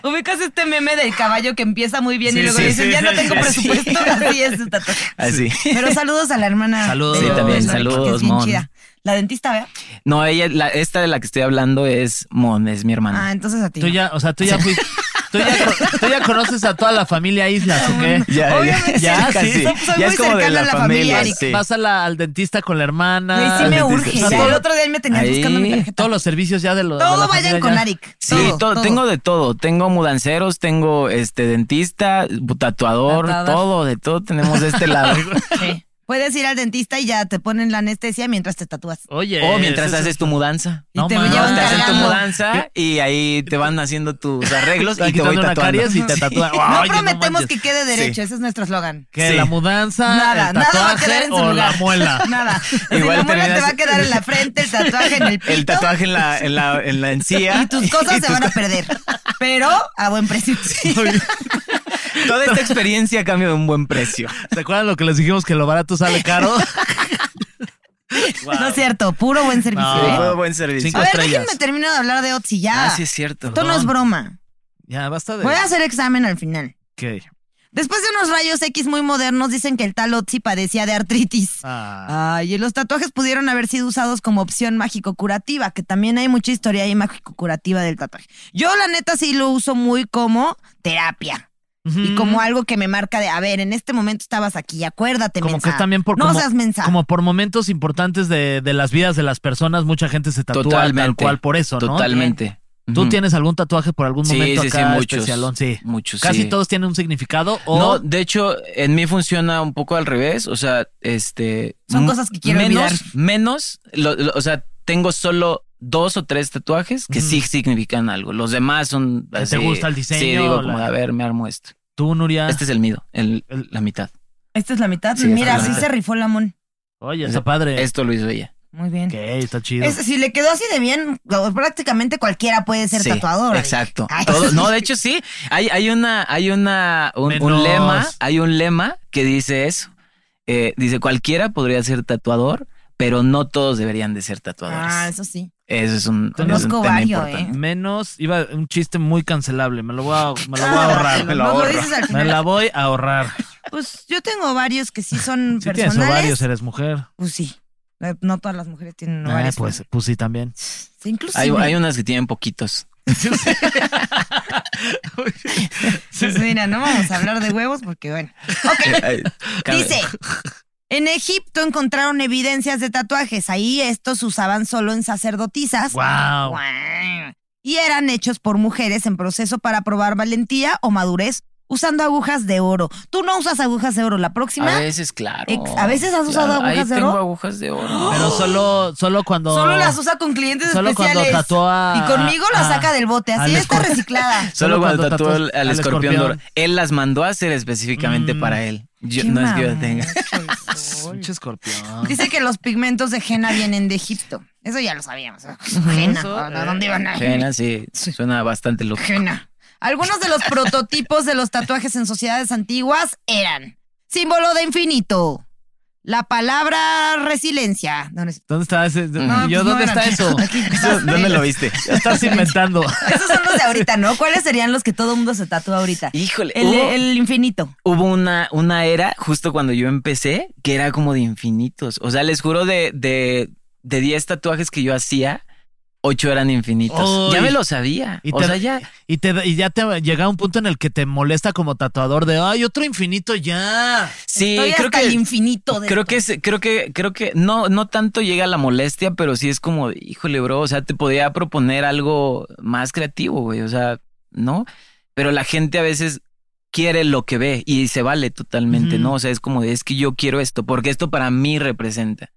B: Ubicas este meme del caballo que empieza muy bien
A: Sí,
B: y luego
A: sí,
B: dicen,
A: sí,
B: ya no
A: sí,
B: tengo
A: sí.
B: presupuesto. *laughs* Así es su tatuaje.
C: Así.
B: Pero saludos a la hermana.
A: Saludos.
B: de
A: Sí,
B: Lorenzo,
A: también,
B: que
C: saludos,
B: es bien
C: Mon.
B: chida. La dentista, ¿vea?
C: *laughs* No, ella, la- esta de la que estoy hablando es Mon, es mi hermana.
B: Ah, entonces a ti.
A: Tú ya, o sea, tú ya *laughs* fuiste... Tú ya, co- tú ya conoces a toda la familia Islas, ¿o qué?
C: Ya, *laughs*
B: Obviamente,
C: ya,
A: sí,
C: ya, sí.
B: soy- soy
C: ya
B: muy
C: es como de
B: cercana
C: la,
B: a la familia,
C: familia.
B: Eric.
C: sí.
A: Vas a la- al dentista con la hermana.
B: Güey, sí me
C: Ah,
B: urge.
C: sí.
B: O sea, El otro día me tenías
C: Ahí-
B: buscando mi tarjeta.
A: Todos los servicios ya de los.
B: Todo vayan con Arik.
C: Sí,
B: todo,
C: to-
B: todo.
C: tengo de todo. Tengo mudanceros, tengo este dentista, bu- tatuador,
B: Tatuador.
C: todo, de todo tenemos de este lado.
B: Sí. Puedes ir al dentista y ya te ponen la anestesia mientras te tatúas.
A: *laughs* Oye.
C: o mientras
A: eso es-
C: haces tu mudanza.
B: Y
A: No
B: te
A: mames.
B: llevan
C: te hacen tu
B: cargando.
C: mudanza y ahí te van haciendo tus arreglos
A: Te
C: y te
A: quitan
C: voy
A: una
C: tatuando.
A: caries y te tatúan. Oye,
B: *laughs*
A: no
B: No prometemos
A: manches.
B: que quede derecho, ese es nuestro eslogan.
A: Que
C: Sí.
A: la mudanza,
B: Nada,
A: el
B: nada va a
A: tatuaje
B: quedar en su
A: o
B: lugar.
A: la *laughs* muela.
B: *laughs* Nada. si la
C: Igual
B: muela te
C: terminas-
B: va a quedar en la frente, el tatuaje en el pito.
C: El tatuaje en la, en la, en la encía.
B: Y tus cosas
C: *laughs*
B: se van a perder. Pero a buen precio. *laughs*
C: Toda esta experiencia a cambio de un buen precio.
A: ¿Se acuerdan lo que les dijimos que lo barato sale
B: *laughs*
A: caro?
B: No es cierto, puro buen servicio,
A: No.
B: ¿eh?
C: Todo buen servicio.
A: Cinco
B: A ver,
A: estrellas.
B: déjenme terminar de hablar de Otzi ya.
C: Ah, sí es cierto.
B: Esto no es broma.
A: Ya, basta de.
B: Voy a hacer examen al final.
A: Ok.
B: Después de unos rayos X muy modernos, dicen que el tal Otzi padecía de artritis.
A: Ah,
B: Ay, y los tatuajes pudieron haber sido usados como opción mágico-curativa, que también hay mucha historia ahí mágico-curativa del tatuaje. Yo, la neta, sí lo uso muy como terapia. Y como algo que me marca de, a ver, en este momento estabas aquí, acuérdate,
A: como
B: mensa.
A: que también por
B: No
A: como,
B: seas mensa.
A: como por momentos importantes de, de las vidas de las personas, mucha gente se tatúa tal cual por eso, ¿no?
C: Totalmente.
A: ¿Tú
C: Ujú.
A: tienes algún tatuaje por algún
C: Sí,
A: momento
C: sí, sí,
A: acá
C: muchos.
A: especialón? Sí.
C: Muchos,
A: Casi
C: sí.
A: todos tienen un significado o
C: No, de hecho, en mí funciona un poco al revés. O sea, este.
B: Son
C: m-
B: cosas que quiero
C: menos,
B: olvidar.
C: Menos, lo- lo- o sea, tengo solo dos o tres tatuajes que
A: Ujú.
C: sí significan algo. Los demás son.
A: te gusta el diseño,
C: Sí, digo, como
A: la-
C: de, a ver, me armo esto.
A: tú,
B: Ah.
A: Nuria.
C: Este es el mío, el,
A: El-
C: la mitad.
B: Esta es la mitad.
C: Sí,
B: Mira,
C: esta es
B: así
C: la
B: se
C: mitad.
B: rifó la Mon.
A: Oye, está padre.
C: Esto lo hizo ella.
B: Muy bien.
A: Ok, está chido.
B: Es- si le quedó así de bien, prácticamente cualquiera puede ser
C: Sí,
B: tatuador.
C: Exacto.
B: Ay.
C: Todo-
B: *laughs*
C: no, de hecho, sí. Hay, hay una, hay una, un, un
A: Menos.
C: lema, hay un lema que dice eso. Eh, dice cualquiera podría ser tatuador, pero no todos deberían de ser tatuadores.
B: Ah, eso sí.
C: Eso es un,
A: Conozco
C: es un tema
B: varios,
C: importante.
A: Menos, iba un chiste muy cancelable. Me lo voy a, me lo voy a ahorrar.
B: Nos lo dices al
A: Me
B: final.
A: la voy a ahorrar.
B: Pues yo tengo varios que
A: *laughs*
B: sí son
A: Si tienes
B: personales.
A: ovarios, eres mujer.
B: Pues sí. Eh, No todas las mujeres tienen
A: Ah,
B: ovarios.
A: pues, pues sí, también.
B: Sí, inclusive.
C: Hay, hay unas que tienen poquitos.
B: *laughs* Pues mira, no vamos a hablar de huevos porque bueno.
C: Eh,
B: Ok. *laughs* Dice, en Egipto encontraron evidencias de tatuajes. Ahí estos usaban solo en sacerdotisas.
A: ¡Wow!
B: Guau. Y eran hechos por mujeres en proceso para probar valentía o madurez usando agujas de oro. Tú no usas agujas de oro. La próxima,
C: A veces, claro.
B: Ex- ¿a veces has usado
C: Claro, ahí
B: agujas de
C: tengo
B: oro?
C: agujas
B: *gasps*
C: de oro.
A: Pero solo, solo cuando.
B: solo las usa con clientes
A: solo cuando
B: especiales.
A: tatúa a-
B: y conmigo la
A: a-
B: saca del bote. Así
A: al
B: está
A: escor- *laughs*
B: reciclada.
C: Solo, cuando tatuó al, al
A: al
C: escorpión, de oro.
A: escorpión.
C: Él las mandó a hacer específicamente
A: Mm.
C: para él. Yo-
B: Qué
C: no es que yo
B: mamón, *laughs*
C: tenga.
B: qué sol.
A: Pinche escorpión.
B: Dice que los pigmentos de henna vienen de Egipto. Eso ya lo sabíamos. *laughs* Henna.
A: Eso,
B: ¿a
A: eh.
B: ¿Dónde iban a
C: Ajena, sí, suena
B: *laughs*
C: bastante loco.
B: Jena. Algunos de los prototipos de los tatuajes en sociedades antiguas eran símbolo de infinito, la palabra resiliencia. No, no es-
A: ¿Dónde está ese?
B: No,
A: Yo,
B: pues no
A: ¿dónde
B: eran.
A: está eso?
B: *laughs* Aquí.
C: ¿Dónde lo viste? *laughs*
A: Estás inventando.
B: Esos son los de ahorita, ¿no? ¿Cuáles serían los que todo mundo se tatúa ahorita?
C: Híjole,
B: El,
C: hubo,
B: el infinito.
C: hubo una, una era justo cuando yo empecé que era como de infinitos. O sea, les juro de, de, de 10 tatuajes que yo hacía, 8 eran infinitos.
A: Uy.
C: Ya me lo sabía.
A: Y
C: o
A: te-
C: sea, ya.
A: Y, te, y ya te llega un punto en el que te molesta como tatuador de, ay, otro infinito ya.
C: Sí,
B: Estoy
C: creo
B: hasta
C: que.
B: el infinito. De
C: Pues Creo
B: esto.
C: que, es- creo que, creo que no, no tanto llega la molestia, pero sí es como, híjole, bro, o sea, te podía proponer algo más creativo, güey, o sea, ¿no? Pero la gente a veces quiere lo que ve y se vale totalmente,
A: Ujú.
C: ¿no? O sea, es como, de, es que yo quiero esto, porque esto para mí representa.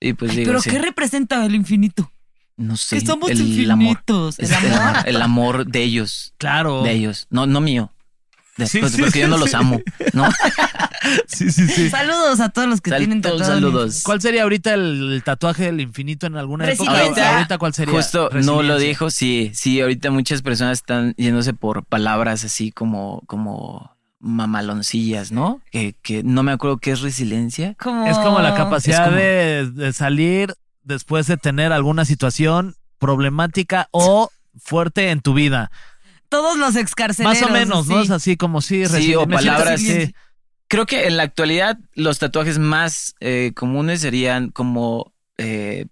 C: Y pues
B: Ay,
C: digo,
B: Pero
C: sí.
B: ¿qué representa el infinito?
C: no sé,
D: que somos
C: el amor.
D: infinitos. El
C: Este,
D: amor.
C: el amor de ellos.
A: Claro.
C: De ellos. No, no mío. De-
A: Sí,
C: pues,
A: sí,
C: porque yo no
A: sí.
C: los amo. No.
A: Sí, sí, sí.
B: Saludos a todos los que tienen
C: Sal-
B: tatuados.
C: saludos.
A: ¿Cuál sería ahorita el, el tatuaje del infinito en alguna época?
B: Resiliencia.
A: Ahorita, ahorita, ¿cuál sería?
C: Justo no lo
A: Resiliencia.
C: dijo, sí, sí, ahorita muchas personas están yéndose por palabras así como, como mamaloncillas, ¿no? Que, que no me acuerdo qué es resiliencia.
B: Como-
A: Es como la capacidad
C: Es como-
A: De, de salir después de tener alguna situación problemática o fuerte en tu vida.
B: Todos los excarceleros.
A: Más o menos, ¿no?
B: así.
A: Es así como si
C: Sí, o palabras.
A: Sí.
C: Creo que en la actualidad los tatuajes más eh, comunes serían como eh,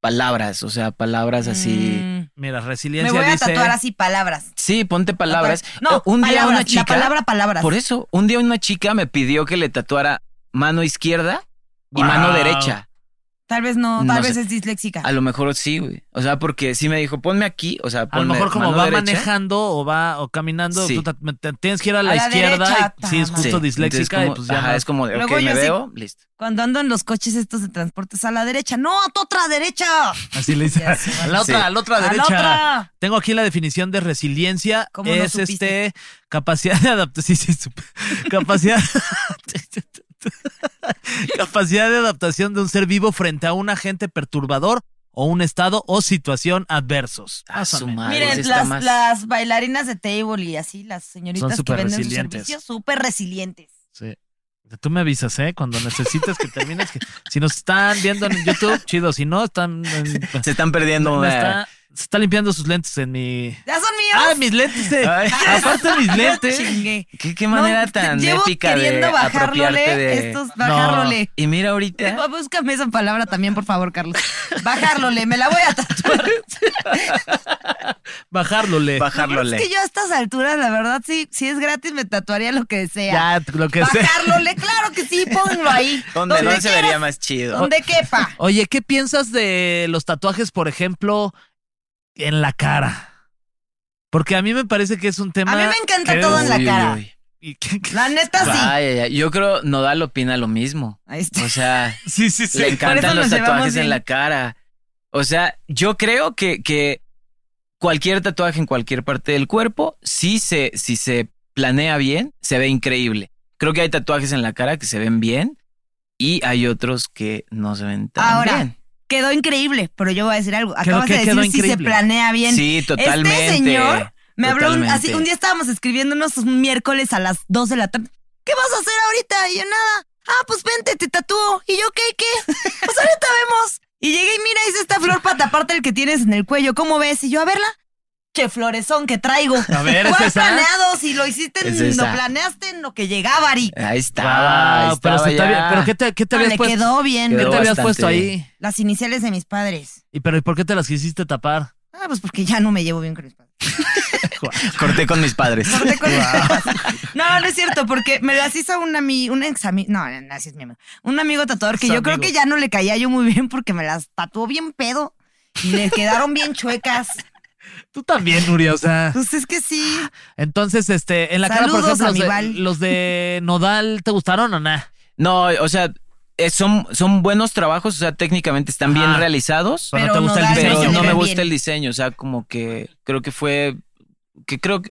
C: palabras, o sea, palabras así.
B: Mm.
A: Mira,
B: Me
A: resiliencia
B: voy a
A: dice-
B: tatuar así palabras.
C: Sí, ponte palabras.
B: No,
C: Eh, un día
B: palabras,
C: una chica.
B: La palabra palabras.
C: Por eso, un día una chica me pidió que le tatuara mano izquierda y
A: Wow.
C: mano derecha.
B: Tal vez no, tal
C: No
B: vez
C: sé.
B: es disléxica.
C: A lo mejor sí, güey. O sea, porque sí me dijo, ponme aquí, o sea,
A: A lo
C: ponme
A: mejor como
C: mano
A: va
C: derecha.
A: manejando o va o caminando,
C: Sí.
A: tú te- te- tienes que ir a la
B: A la
A: izquierda.
B: derecha,
A: y, sí, es
B: ta
A: justo
C: Sí,
A: disléxica y
C: entonces
A: pues ya
C: ajá,
A: no-
C: es como de,
B: Luego
C: ok,
B: yo
C: me
B: así-
C: veo, listo.
B: Cuando ando en los coches estos de transportes a la derecha. ¡No, a tu otra derecha!
A: Así le dice.
B: *laughs* Ya se va.
A: A la otra,
C: Sí.
A: a la otra
B: ¡A la
A: derecha.
B: otra!
A: Tengo aquí la definición de resiliencia.
B: ¿Cómo no
A: Es
B: supiste?
A: este capacidad de adaptación. *laughs* capacidad. capacidad de adaptación de un ser vivo frente a un agente perturbador o un estado o situación adversos.
C: A su
A: Pásame.
C: madre, sí
B: Miren,
C: está
B: las,
C: más-
B: las bailarinas de table y así, las señoritas que
A: súper
B: venden sus
A: resilientes.
B: servicios, súper resilientes.
A: Sí. Tú me avisas, ¿eh? Cuando necesites que termines. que- Si nos están viendo en YouTube, chido. Si no, están. en-
C: *laughs* Se están perdiendo.
A: me
C: eh, *laughs*
A: está- se está limpiando sus lentes en mi.
B: ¡Ya son míos!
A: ¡Ah, mis lentes! eh!
C: Ay.
A: *laughs* Aparte,
C: *laughs*
A: mis lentes.
B: Chingué.
C: ¿Qué, qué manera
B: No,
C: tan
B: llevo
C: épica de
B: queriendo
C: apropiarte
B: bajárrole
C: de...
B: estos, bajárrole.
C: Y mira ahorita...
B: Eh, *laughs* Búscame esa palabra también, por favor, Carlos. Bajárlole, me la voy
A: *laughs*
B: a tatuar.
A: *laughs* Bajarlo, le.
C: Bajárlole.
B: Es que yo a estas alturas, la verdad, sí, si es gratis, me tatuaría lo que desea.
A: Ya, lo que sea.
B: Bajárlole, claro que sí, pónganlo
A: *laughs*
B: ahí.
C: Donde no se
B: quieras,
C: vería más chido.
B: Donde quepa.
A: Oye, ¿qué piensas de los tatuajes, por ejemplo, en la cara? Porque a mí me parece que es un tema.
B: A mí me encanta
A: que-
B: todo en la
C: Uy, uy,
B: cara.
C: uy.
A: y que- que-
B: La neta, sí.
C: Ay, ay, ay. Yo creo Nodal opina lo mismo.
B: Ahí está.
C: O sea,
A: *laughs* Sí, sí, sí.
C: le
B: Por eso
C: encantan los
B: nos llevamos
C: tatuajes
B: bien.
C: en la cara. O sea, yo creo que, que cualquier tatuaje en cualquier parte del cuerpo, si se, si se planea bien, se ve increíble. Creo que hay tatuajes en la cara que se ven bien y hay otros que no se ven tan
B: Ahora,
C: bien.
B: Quedó increíble, pero yo voy a decir algo.
A: Creo
B: Acabas
A: que
B: de
A: quedó
B: decir si se
A: increíble.
B: planea bien.
C: Sí, totalmente.
B: Este señor me habló un-
C: Totalmente.
B: así. Un día estábamos escribiéndonos un miércoles a las 2 de la tarde. ¿Qué vas a hacer ahorita? Y yo nada. Ah, pues vente, te tatúo. ¿Y yo qué?
A: *laughs*
B: ¿Qué? Pues ahorita vemos. Y llegué y mira, hice esta flor para taparte el que tienes en el cuello. ¿Cómo ves? Y yo, a verla. Che florezón que traigo.
A: A ver, ¿es
B: ¿Cuál
A: esa?
B: planeado? Si lo hiciste, en-
C: Es esa.
B: lo planeaste en lo que llegaba, Ari.
C: Ahí
A: Guau,
C: estaba, ahí
A: pero,
C: estaba
A: se está
C: ya.
A: bien. ¿Pero qué te, qué te
B: No,
A: habías
B: le
A: puesto?
B: Ah, quedó bien.
A: ¿Qué
C: Quedó
A: te habías
C: bastante
A: puesto ahí?
C: bien.
B: Las iniciales de mis padres.
A: ¿Y pero ¿y por qué te las quisiste tapar?
B: Ah, pues porque ya no me llevo bien con mis padres.
C: Corté con mis padres.
B: *laughs* Corté con mis papás. *laughs* No, no es cierto, porque me las hizo un, ami, un ex ami- no, no, no, así es mi amigo, un amigo tatuador que
A: Ex
B: yo creo
A: amigo.
B: que ya no le caía yo muy bien porque me las tatuó bien pedo y le quedaron bien chuecas.
A: Tú también, Nuria, o sea.
B: Pues es que sí,
A: Entonces, este, en la
B: Saludos
A: cara,
B: a
A: por ejemplo, los
B: mi
A: de,
B: Val.
A: los
C: *laughs*
A: de Nodal, ¿te gustaron o nada?
C: No, o sea, eh, son, son buenos trabajos, o sea, técnicamente están bien
A: Ajá.
C: realizados.
A: Pero, no
B: Pero
A: te gusta
B: Nodal
A: el
B: se
C: pero
A: diseño.
B: le
C: no
B: ve
C: me
B: bien.
C: gusta el diseño, o sea, como que creo que fue que creo que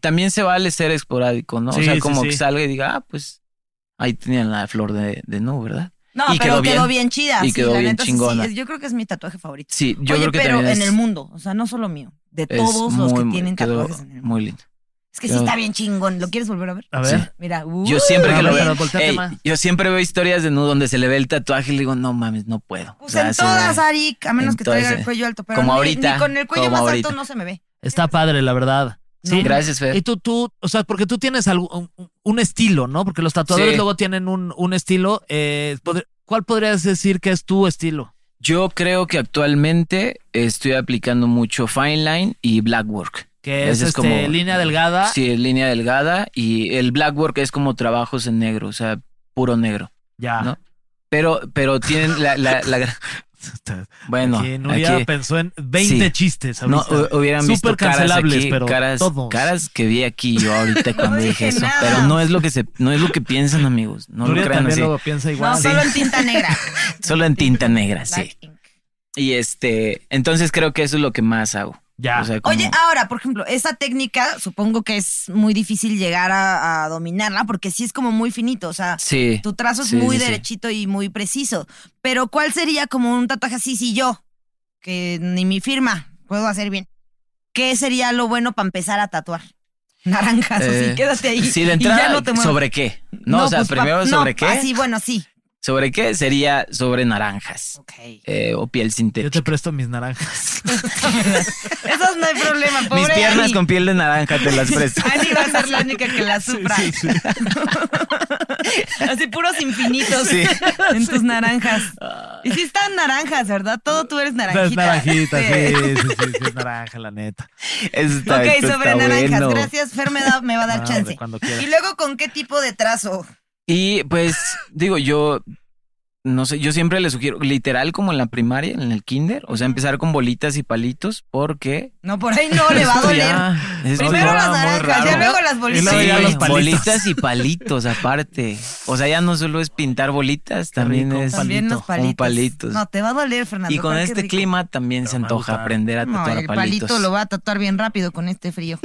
C: también se vale ser esporádico, ¿no?
A: Sí,
C: o sea,
A: sí,
C: como
A: sí.
C: que salga y diga, ah, pues ahí tenían la flor de, de no, ¿verdad?
B: No,
C: Y
B: pero
C: quedó bien.
B: chida.
C: Y
B: sí,
C: quedó
B: la
C: bien
B: neta, sí, sí,
C: chingona.
B: es- yo creo que es mi tatuaje favorito.
C: Sí, yo
B: Oye,
C: creo que
B: pero
C: también
B: en
C: es-
B: el mundo, o sea, no solo mío, de
C: es
B: todos los que
C: muy-
B: tienen
C: quedó
B: tatuajes en el mundo.
C: Muy lindo.
B: Es que sí
C: quedó-
B: está bien chingón. ¿Lo quieres volver a ver?
A: A ver.
C: Sí.
B: Mira,
C: Yo
B: uh,
C: siempre
A: Uy,
C: que lo
A: pero
C: veo,
A: volteate
C: Ey,
A: más.
C: yo siempre veo historias de nudo donde se le ve el tatuaje y le digo, no mames, no puedo. O
B: Pues
C: sea,
B: en
C: se ve-
B: todas, Arik, a menos que traiga el
C: Entonces,
B: cuello alto. Pero
C: como
B: ni-
C: ahorita,
B: Ni con el cuello
C: como
B: más
C: ahorita.
B: alto no se me ve.
A: Está padre, la verdad. Sí.
C: Gracias, Fer.
A: Y tú, tú, o sea, porque tú tienes algo- un, un estilo, ¿no? Porque los tatuadores
C: Sí.
A: luego tienen un, un estilo. eh, podr- ¿Cuál podrías decir que es tu estilo?
C: Yo creo que actualmente estoy aplicando mucho Fine Line y Blackwork.
A: Que es,
C: Ese
A: este, línea delgada.
C: Sí, es línea delgada y el Blackwork es como trabajos en negro, o sea, puro negro,
A: Ya. *laughs*
C: ¿no? Pero, pero tienen la, la, la gra- bueno,
A: Aquí Nuria
C: aquí-
A: pensó en 20
C: Sí.
A: chistes.
C: no
A: ahorita.
C: hu- hubieran visto
A: Súper
C: caras
A: cancelables,
C: aquí,
A: pero
C: caras,
A: todos.
C: caras que vi aquí yo
B: *laughs*
C: ahorita cuando
B: dije
C: dije eso,
B: nada.
C: pero no es lo que se, no es lo que piensan amigos, no
A: Nuria
C: lo crean
A: también
C: así,
A: luego piensa igual.
B: No,
A: Sí.
B: solo en
C: *laughs*
B: tinta negra.
C: solo en tinta negra, sí.
B: Black ink.
C: Y este, entonces creo que eso es lo que más hago.
A: Ya.
C: O sea, como-
B: Oye, ah, ahora, por ejemplo, esa técnica supongo que es muy difícil llegar a, a dominarla porque sí es como muy finito, o sea,
C: sí.
B: tu trazo es
C: sí,
B: muy
C: sí, sí.
B: derechito y muy preciso. Pero ¿cuál sería como un tatuaje así si yo, que ni mi firma puedo hacer bien? ¿Qué sería lo bueno para empezar a tatuar? Naranjas,
C: Eh,
B: así, quédate ahí.
C: Sí, de
B: y
C: entrada,
B: ya no te muevas.
C: ¿sobre qué? No, o sea,
B: pues, pa-
C: primero
B: no,
C: sobre qué.
B: Así, bueno, sí.
C: ¿Sobre qué? Sería sobre naranjas eh, o piel
A: Yo te
C: sintética.
A: presto mis naranjas.
B: Eso no hay problema, pobre.
C: Mis piernas
B: Ani.
C: con piel de naranja te las
B: *laughs*
C: presto.
B: Ani va a ser la única que la sufra. Así puros infinitos
C: Sí.
B: en tus naranjas. Y sí están naranjas, ¿verdad? Todo tú eres naranjita.
A: Es naranjita, sí,
B: Sí.
A: sí, sí, sí, es naranja, la neta.
C: Eso está-
B: Ok,
C: esto
B: sobre
C: pues está
B: naranjas.
C: bueno. Ah,
B: Gracias, Fer me, da- me va a dar
A: No,
B: chance.
A: hombre, cuando quieras.
B: Y luego, ¿con qué tipo de trazo?
C: Y pues, digo, yo no sé, yo siempre les sugiero, literal como en la primaria, en el kinder, o sea, empezar con bolitas y palitos, porque
B: No, por ahí no, le va a
C: esto
B: doler.
C: ya- esto
B: Primero
C: ya
B: las
C: ah, muy
B: naranjas,
C: raro.
B: ya luego las
A: Y luego
B: bolitas.
C: Sí,
A: ya los palitos.
C: bolitas y palitos aparte. O sea, ya no solo es pintar bolitas, también
A: rico, un
C: es
B: También los
C: palito,
B: palitos.
C: un palitos.
B: No, te va a doler, Fernando.
C: y con
B: pero Ah, qué
C: este
B: rico.
C: clima también se
A: me
C: antoja
A: gusta.
C: aprender a
B: No,
C: tatuar
B: el
C: palitos.
B: palito lo va a tatuar bien rápido con este frío.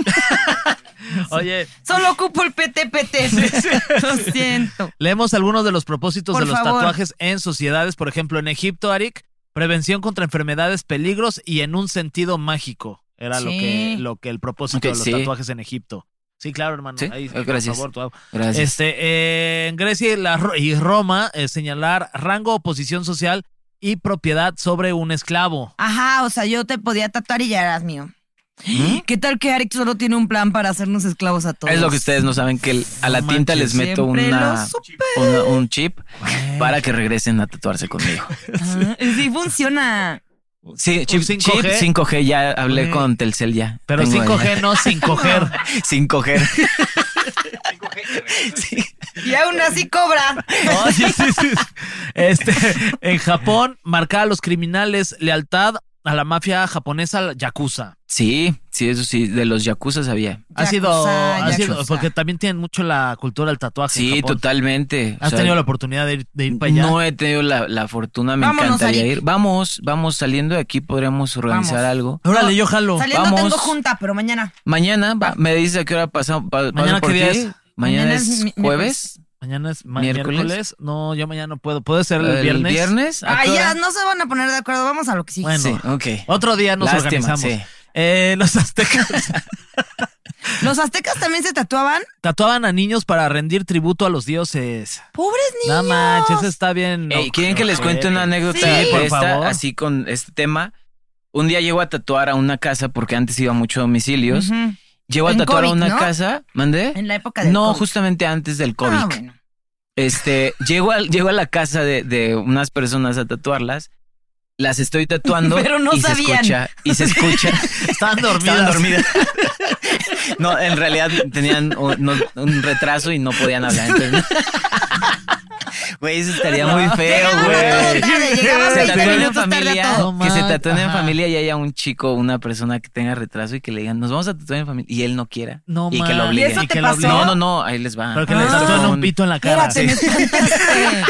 A: Oye,
B: Solo ocupo el PTPT.
A: *laughs*
B: Lo siento.
A: leemos algunos de los propósitos
B: Por
A: de los
B: favor.
A: tatuajes en sociedades. Por ejemplo, en Egipto, Arik, prevención contra enfermedades, peligros y en un sentido mágico. Era lo,
B: Sí.
A: que, lo que el propósito
C: Ok,
A: de los
C: sí.
A: tatuajes en Egipto. Sí, claro, hermano.
C: Sí,
A: Ahí,
C: eh, gracias.
A: Por favor, tú-
C: Gracias.
A: Este, eh, en Grecia y, la Ro- y Roma, eh, señalar rango o posición social y propiedad sobre un esclavo.
B: Ajá, o sea, yo te podía tatuar y ya eras mío. ¿Qué tal que Arik solo tiene un plan para hacernos esclavos a todos?
C: ¿Mm? Es lo que ustedes no saben, que el- a la
A: No
C: tinta
A: manches,
C: les meto
B: siempre
C: una,
B: lo supe.
C: una- un chip para que regresen a tatuarse conmigo.
B: Ah, Sí, funciona. Pues
C: Sí, chip,
A: 5G.
C: chip 5G, ya hablé con Telcel ya.
A: Pero
C: Tengo
A: 5G no, sin
B: *laughs*
C: *laughs*
A: coger.
C: ahí. 5G. Sí.
B: Y aún así cobra.
A: Oye, sí, sí. Este, en Japón, marcar a los criminales lealtad a la mafia japonesa la yakuza.
C: sí, sí, eso sí, de los yakuza sabía.
A: Ha sido,
B: Yakuza,
A: ha sido-
B: yakuza.
A: porque también tienen mucho la cultura del tatuaje. en
C: Sí,
A: Japón.
C: totalmente. O
A: ¿Has
C: sea,
A: tenido la oportunidad de ir, de ir para allá?
C: No he tenido la, la fortuna, me
B: Vámonos,
C: encantaría
B: Arik.
C: ir. Vamos, vamos, saliendo de aquí podríamos organizar
B: Vamos.
C: algo.
A: Órale, yo jalo.
B: Saliendo
C: Vamos.
B: tengo junta, pero mañana.
C: Mañana,
B: Ah.
C: va, me dices a qué hora pasa, pa-
A: ¿Mañana
C: paso por
A: qué día
C: ti.
A: es?
C: Mañana,
B: Mañana es
C: es
B: mi-
C: jueves.
A: Mañana es ma- miércoles.
C: ¿Miércoles?
A: No, yo mañana no puedo. ¿Puede ser el, viernes?
C: ¿A
B: Ah,
C: qué
B: ya,
C: hora?
B: no se van a poner de acuerdo. Vamos a lo que sí.
A: Bueno,
C: Sí, ok.
A: otro día nos
C: Lástima,
A: organizamos.
C: sí.
A: Eh, los aztecas *laughs*
B: ¿Los aztecas también se tatuaban?
A: tatuaban a niños para rendir tributo a los dioses.
B: Pobres
A: No
B: niños.
A: manches, eso está bien.
C: Ey, ¿Quieren que les cuente una anécdota
B: Sí,
C: de
A: por
C: esta,
A: favor.
C: así con este tema? Un día llego a tatuar a una casa porque antes iba mucho a domicilios.
B: Ujú.
C: Llego a
B: En
C: tatuar a
B: COVID,
C: una
B: ¿no?
C: casa, ¿mandé?
B: En la época del
C: No,
B: COVID.
C: justamente antes del COVID.
B: Ah, bueno.
C: Este, llego a, llego a la casa de, de unas personas a tatuarlas. Las estoy tatuando
B: *laughs* Pero no
C: y se
B: sabían.
C: escucha y se
B: *laughs*
C: escucha.
A: Estaban dormidas.
C: Estaban dormidas. No, en realidad tenían un, no- un retraso y no podían hablar. entonces- Güey, eso estaría muy feo,
B: Llegaban a todo
C: güey.
B: tarde,
C: Que
B: llegaban
C: se
B: 20
C: tatúen en
B: minutos tarde a
C: familia,
B: todo.
A: No
C: que se
A: man-
C: tatúen en
A: ajá.
C: familia y haya un chico, una persona que tenga retraso y que le digan, nos vamos a tatuar en familia y él no quiera.
A: No
C: y que
A: man.
C: lo
B: obliguen.
C: obliguen.
B: ¿Y eso
A: Y
B: te
A: que lo
B: pasó?
A: obliguen.
C: No, no, no, ahí les va.
A: Pero que les
B: Ah.
A: tatúen un pito en la cara.
C: *laughs*
B: Espérate, me espantaste.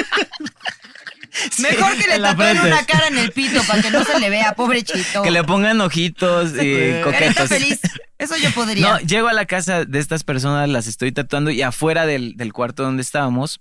B: Mejor que le
A: en la
B: tatúen
A: frente.
B: una cara en el pito para que no se le vea, pobre chito.
C: Que le pongan ojitos y
B: Carita
C: coquetos.
B: feliz. Eso yo podría.
C: No, llego a la casa de estas personas, las estoy tatuando y afuera del, del cuarto donde estábamos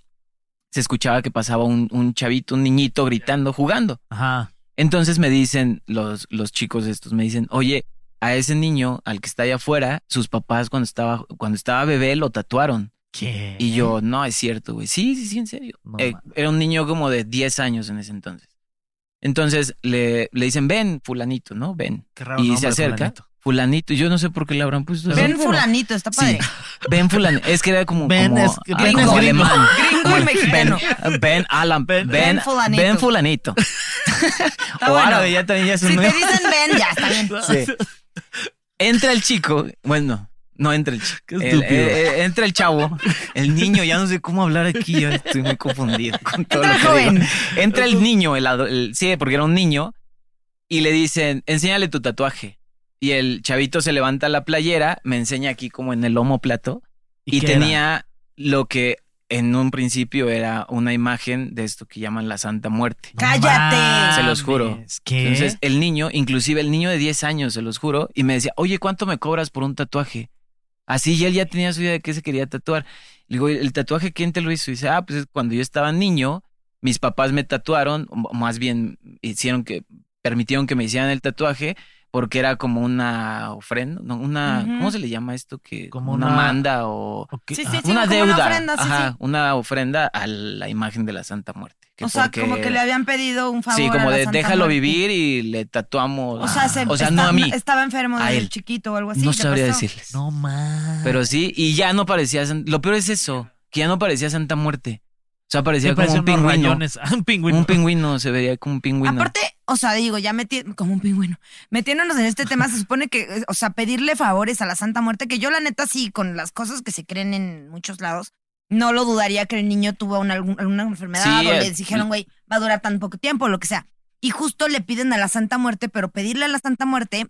C: se escuchaba que pasaba un, un chavito, un niñito gritando, jugando.
A: Ajá.
C: Entonces me dicen los, los chicos estos, me dicen, oye, a ese niño, al que está allá afuera, sus papás cuando estaba, cuando estaba bebé lo tatuaron.
A: ¿Qué?
C: Y yo, no, es cierto, güey. Sí, sí, sí, en serio.
A: No
C: Eh,
A: mames.
C: era un niño como de 10 años en ese entonces. Entonces le, le dicen, ven, fulanito, ¿no? Ven.
A: Qué raro
C: y
A: nombre,
C: se acerca. Fulanito.
A: fulanito.
C: y yo no sé por qué le habrán puesto así.
B: Ven fulanito, está padre.
C: Ven fulano. Es que era como,
A: Ben
C: como,
A: es-
C: ah,
A: Ben
C: como
A: es gringo. *laughs*
C: alemán.
B: Gringo y mexicano.
C: Ben, Ben Alan. Ben, ben
B: Ben
C: fulanito.
B: fulanito.
C: o
A: *laughs* Ah,
B: bueno.
C: árabe, ya también ya es un
B: Si te
C: nuevo.
B: dicen ven, ya está
C: *laughs*
B: bien.
C: Sí. Entra el chico. Bueno, no entra el chico.
A: Qué
C: El-
A: estúpido.
C: eh, eh, entra el chavo. El niño, ya no sé cómo hablar aquí. Ya estoy muy confundido con todo
B: Entra
C: lo
B: el
C: que
B: joven.
C: digo. Entra el niño, el, ado- el- sí, porque era un niño, y le dicen, enséñale tu tatuaje. Y el chavito se levanta la playera, me enseña aquí como en el lomo plato, y,
A: qué era?
C: tenía lo que en un principio era una imagen de esto que llaman la Santa Muerte.
A: No
B: Cállate.
A: Ah, mames,
C: Se los juro.
A: ¿Qué?
C: Entonces el niño, inclusive el niño de 10 años, se los juro, y me decía, oye, ¿cuánto me cobras por un tatuaje? Así, y él ya tenía su idea de qué se quería tatuar. Le digo, ¿el tatuaje quién te lo hizo? Y dice, ah, pues es cuando yo estaba niño, mis papás me tatuaron, o más bien hicieron que, permitieron que me hicieran el tatuaje, porque era como una ofrenda, no, una,
B: Ujú.
C: ¿cómo se le llama esto? Que,
A: Como
C: como una,
A: una-
C: manda o
A: Ok,
B: Sí,
A: ah,
B: sí, sí.
C: una
B: como
C: deuda.
B: una ofrenda, sí,
C: Ajá,
B: sí.
C: una ofrenda a la imagen de la Santa Muerte.
B: O sea,
C: porque-
B: como que le habían pedido un favor.
C: Sí,
B: a
C: como
B: la
C: de
B: Santa
C: déjalo
B: Muerte.
C: vivir y le tatuamos.
B: O sea, se-
C: o sea
B: está-
C: no a mí.
B: estaba enfermo
C: a
B: desde
C: él.
B: el chiquito o algo así.
C: no
B: le
C: sabría
B: pasó.
C: decirles.
A: No mames.
C: Pero sí, y ya no parecía. san- Lo peor es eso, que ya no parecía Santa Muerte. O sea,
A: Me
C: parecía como
A: parecen
C: un
A: unos
C: pingüino.
A: rayones. *laughs* Ah, un pingüino.
C: Un pingüino, se veía como un pingüino.
B: Aparte, o sea, digo, ya metí como un pingüino. Metiéndonos en este tema, se supone que, eh, o sea, pedirle favores a la Santa Muerte, que yo la neta sí, con las cosas que se creen en muchos lados, no lo dudaría que el niño tuvo una, algún- alguna enfermedad
C: Sí,
B: o
C: eh,
B: les dijeron, güey, va a durar tan poco tiempo, o lo que sea. Y justo le piden a la Santa Muerte, pero pedirle a la Santa Muerte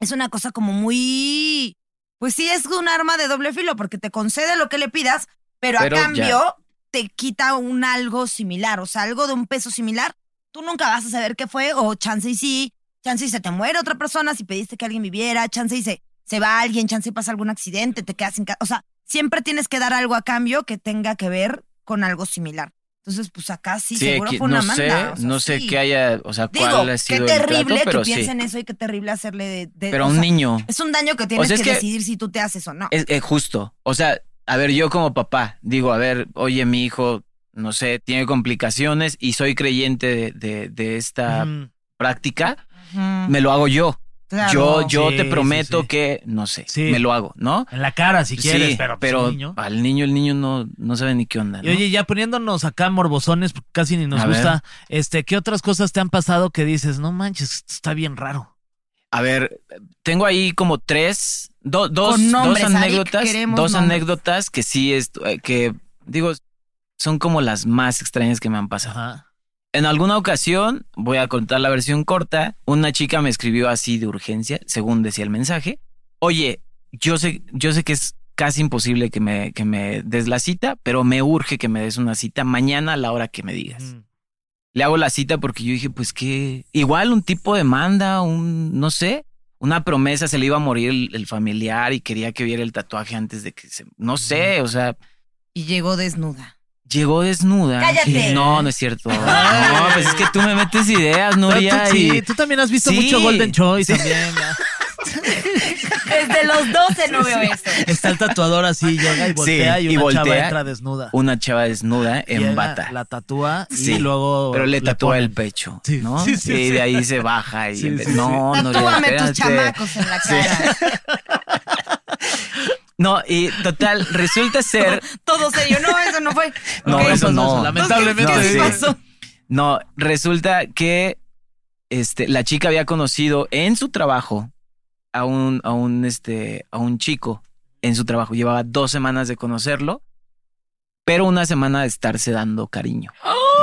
B: es una cosa como muy... Pues sí, es un arma de doble filo, porque te concede lo que le pidas, pero,
C: Pero
B: a
C: ya.
B: cambio te quita un algo similar, o sea, algo de un peso similar tú nunca vas a saber qué fue, o chance y sí, chance y se te muere otra persona si pediste que alguien viviera, chance y se, se va alguien, chance y pasa algún accidente, te quedas sin casa. O sea, siempre tienes que dar algo a cambio que tenga que ver con algo similar. Entonces, pues acá sí,
C: Sí,
B: seguro
C: aquí-
B: fue
C: no
B: una
C: sé,
B: manda. o sea,
C: no sé
B: sí.
C: qué haya, o sea,
B: Digo,
C: cuál ha sido
B: qué
C: el
B: terrible
C: plato, pero
B: que
C: sí.
B: piensen eso y qué terrible hacerle de... de-
C: Pero
B: o
C: a un
B: sea,
C: niño.
B: Es un daño que tienes
C: sea, es
B: que,
C: que-
B: decidir si tú te haces o no.
C: Es, es justo. O sea, a ver, yo como papá digo, a ver, oye, mi hijo, no sé, tiene complicaciones y soy creyente de, de- de esta
A: Mm,
C: práctica, me lo hago yo. Yo, yo
A: Sí,
C: te
A: sí,
C: prometo
A: sí.
C: que, no sé,
A: Sí.
C: me lo hago, ¿no?
A: En la cara, si quieres,
C: Sí,
A: pero, pues,
C: pero
A: un niño.
C: al niño, el niño no, no sabe ni qué onda. ¿no?
A: Y oye, ya poniéndonos acá morbosones, porque casi ni nos
C: A ver.
A: gusta, este, ¿qué otras cosas te han pasado que dices, no manches, esto está bien raro?
C: A ver, tengo ahí como tres, do- dos,
B: Con
C: dos
B: nombres, Arik,
C: anécdotas,
B: queremos
C: dos
B: nombres.
C: anécdotas que sí, es, eh, que digo, son como las más extrañas que me han pasado.
A: Ajá.
C: En alguna ocasión, voy a contar la versión corta, una chica me escribió así de urgencia, según decía el mensaje. Oye, yo sé, yo sé que es casi imposible que me, que me des la cita, pero me urge que me des una cita mañana a la hora que me digas.
A: Mm.
C: Le hago la cita porque yo dije, pues que igual un tipo de manda, un, no sé, una promesa, se le iba a morir el, el familiar y quería que viera el tatuaje antes de que se, no sé, o sea,
B: Y llegó desnuda.
C: Llegó desnuda.
B: ¡Cállate!
C: No, no
B: *laughs*
C: es cierto. No, pues es que tú me metes ideas,
A: Pero tú,
C: Nuria.
A: sí,
C: y-
A: tú también has visto
C: Sí.
A: mucho Golden Choice también. ¿no?
B: Desde los 12 no veo eso.
A: Está el tatuador
C: *laughs*
A: así, llega y voltea y
C: y
A: una chava
C: voltea.
A: entra desnuda.
C: Una chava desnuda
A: Llega,
C: en bata.
A: La tatúa y
C: Sí,
A: luego.
C: Pero le tatúa
A: pone.
C: el pecho,
A: Sí,
C: ¿no?
A: sí, sí,
C: y
A: sí.
C: de ahí se baja y
A: Sí, sí,
C: no, no,
B: Tatúame tus
C: espérate.
B: chamacos en la cara.
C: *laughs* No, y total, resulta ser
B: Todo serio. No, eso no fue.
C: No,
B: Ok.
C: eso no.
A: Lamentablemente.
B: Entonces, ¿qué
C: No, sí.
A: *laughs*
B: pasó?
C: No, resulta que este, la chica había conocido en su trabajo a un, a un, este, a un chico en su trabajo. Llevaba dos semanas de conocerlo, pero una semana de estarse dando cariño.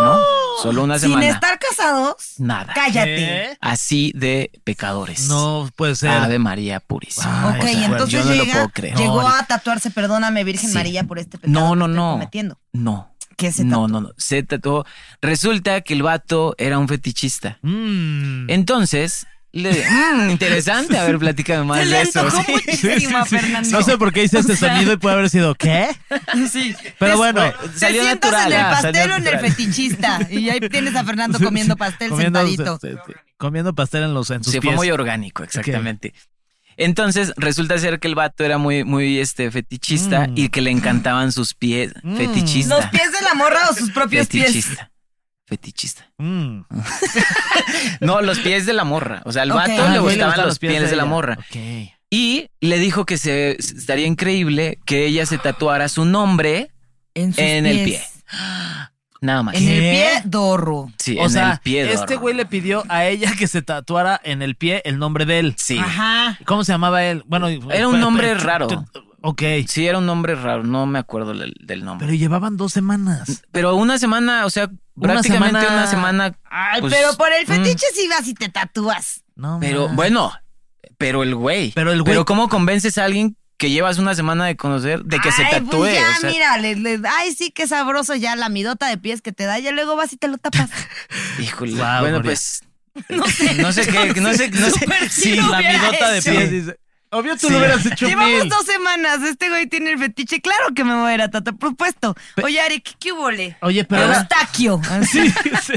C: ¿No? Solo una
B: ¡Oh! Sin
C: semana.
B: estar casados,
C: Nada.
B: cállate.
A: ¿Qué?
C: Así de pecadores.
A: No puede ser.
C: Ave María purísima.
A: Ay,
B: Ok,
C: Ah, O sea,
B: entonces
C: yo no lo
B: llega,
C: puedo creer.
B: llegó
A: No.
B: a tatuarse, perdóname Virgen
C: Sí.
B: María por este pecado
C: No, no,
B: que estoy
C: no.
B: cometiendo.
C: No,
B: ¿Qué se
C: no,
B: tatuó?
C: no, no. Se tatuó. Resulta que el vato era un fetichista.
A: Mm.
C: Entonces, Le- mm, interesante. A ver, platícame más
B: Se le
C: de eso.
B: antojó
C: Sí.
B: muchísimo a Fernando.
A: No sé por qué hice este
B: O sea-
A: sonido y puede haber sido ¿qué?
C: *laughs*
B: Sí.
A: Pero
B: Te-
A: bueno,
B: te
C: salió
B: sientas en
C: natural,
B: el
C: ya,
B: pastel
C: salió
B: o en el
C: natural.
B: fetichista. Y ahí tienes a
C: *laughs*
B: Fernando comiendo pastel sentadito.
A: se- se- comiendo pastel en los en sus
C: Sí,
A: pies.
C: fue muy orgánico, exactamente. Entonces, resulta ser que el vato era muy, muy este, fetichista y que le encantaban sus pies. Fetichista.
B: ¿Los pies de la morra o sus propios pies?
C: fetichista. Fetichista.
A: Mm.
C: No, los pies de la morra. O sea, al
B: Ok.
C: vato
B: Ah,
C: le
A: güey,
C: gustaban los pies, de, la
A: ella.
C: morra.
A: Ok.
C: Y le dijo que se estaría increíble que ella se tatuara su nombre
B: En, sus
C: en el pie.
B: pies.
C: Nada más.
B: En el
A: ¿Qué?
B: pie, Dorro.
C: Sí,
A: O
C: en
A: sea,
C: el pie. Dorro.
A: este güey le pidió a ella que se tatuara en el pie el nombre de él.
C: Sí.
B: Ajá.
A: ¿Cómo se llamaba él? Bueno,
C: Era un nombre raro.
A: Ok.
C: Sí, era un nombre raro. No me acuerdo del, del nombre.
A: Pero llevaban dos semanas.
C: Pero una semana, o sea,
A: Una
C: prácticamente
A: semana.
C: una semana.
B: Ay,
C: pues,
B: pero por el
C: mm,
B: fetiche sí vas y te tatúas.
A: No,
C: Pero
A: man.
C: bueno, pero el güey.
A: Pero el güey-
C: Pero ¿cómo convences a alguien que llevas una semana de conocer de que se
B: Ay,
C: tatúe?
B: Pues ya,
C: O sea,
B: mira, le- le- ay, sí, qué sabroso ya la midota de pies que te da. Ya luego vas y te lo
C: *laughs*
B: tapas.
C: híjole.
A: Guau,
C: bueno,
A: Gloria.
C: pues. No sé, no sé *laughs* qué, no
A: *laughs*
C: sé, no sé.
B: Súper sí lo
C: la
B: hubiera
C: midota de
B: hecho.
C: pie.
A: dice, Obvio tú
C: Sí.
A: lo hubieras hecho
B: Llevamos
A: mil.
B: dos semanas. Este güey tiene el fetiche. Claro que me voy a ir a tatuar. Por supuesto. Oye, Ari, ¿qué, qué hubole?
A: Oye, pero era,
C: *laughs*
B: Eustaquio.
A: Sí, sí.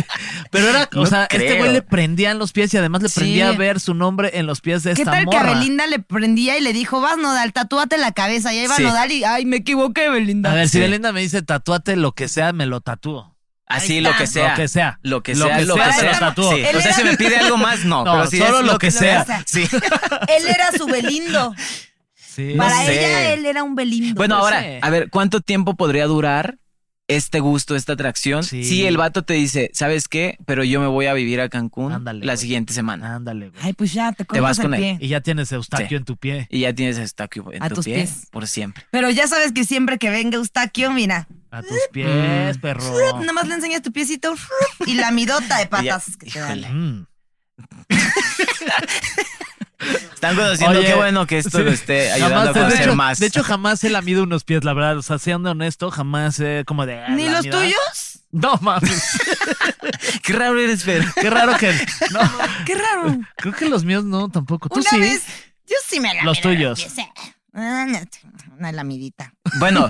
A: Pero era, o
C: No
A: sea, este
C: creo.
A: güey le prendían los pies y además le
C: Sí.
A: prendía a ver su nombre en los pies de
B: ¿Qué
A: esta
B: tal que
A: morra.
B: a Belinda le prendía y le dijo, vas Nodal, tatúate la cabeza? Y ahí va
C: Sí.
B: Nodal y, ay, me equivoqué, Belinda.
A: A ver, si
C: Sí.
A: Belinda me dice tatúate lo que sea, me lo tatúo.
C: Así
B: Ahí
C: "Ah, lo
B: está.
C: que sea.
A: Lo que sea.
C: Lo que
A: Lo
C: sea,
A: que
C: lo
A: sea,
C: que
B: se lo
C: sea.
A: tatúo.
C: Sí.
B: Él
C: O sea,
B: era-
C: si me pide algo más,
A: *laughs*
C: no.
A: No,
C: pero si
A: solo
C: es
A: lo que sea.
C: Sí.
B: Él era su
C: *laughs*
B: Belindo.
A: Sí.
B: Para
C: sé.
B: ella, él era un Belindo.
C: Bueno,
A: No
C: ahora,
A: sé.
C: a ver, ¿cuánto tiempo podría durar este gusto, esta atracción?
A: Sí.
C: Si el vato te dice, ¿sabes qué? Pero yo me voy a vivir a Cancún
A: Ándale,
C: la
A: güey.
C: siguiente semana.
A: Ándale, güey.
B: Ay, pues ya, te cortas
C: vas
B: el
C: con él.
B: pie.
A: Y ya tienes Eustaquio
C: Sí.
A: en tu pie.
C: Y ya tienes a Eustaquio en
B: A
C: tu
B: tus
C: pie
B: pies.
C: por siempre.
B: Pero ya sabes que siempre que venga Eustaquio, mira,
A: A tus
C: Mm.
A: pies, perro.
B: nada más le enseñas tu piecito y
A: *laughs*
B: la midota de
C: Y ya-
B: patas que te dan.
C: híjole.
A: Mm.
C: Están conociendo,
A: Oye,
C: qué bueno que esto
A: sí.
C: lo esté
A: Jamás,
C: ayudando a
A: de
C: conocer
A: hecho-
C: más.
A: De hecho, jamás he lamido unos pies, la verdad. O sea, siendo honesto, jamás eh, como de. ah,
B: ¿Ni los
A: lamida.
B: tuyos?
A: No
B: *laughs*
A: mames.
C: qué raro eres, Fer.
A: Qué raro que. No.
B: Qué raro.
A: Creo que los míos no, tampoco. Tú
B: Una
A: sí.
B: vez, yo sí me la Ah,
A: Los tuyos.
B: Una lamidita.
C: *laughs*
B: *laughs*
A: *laughs*
C: Bueno,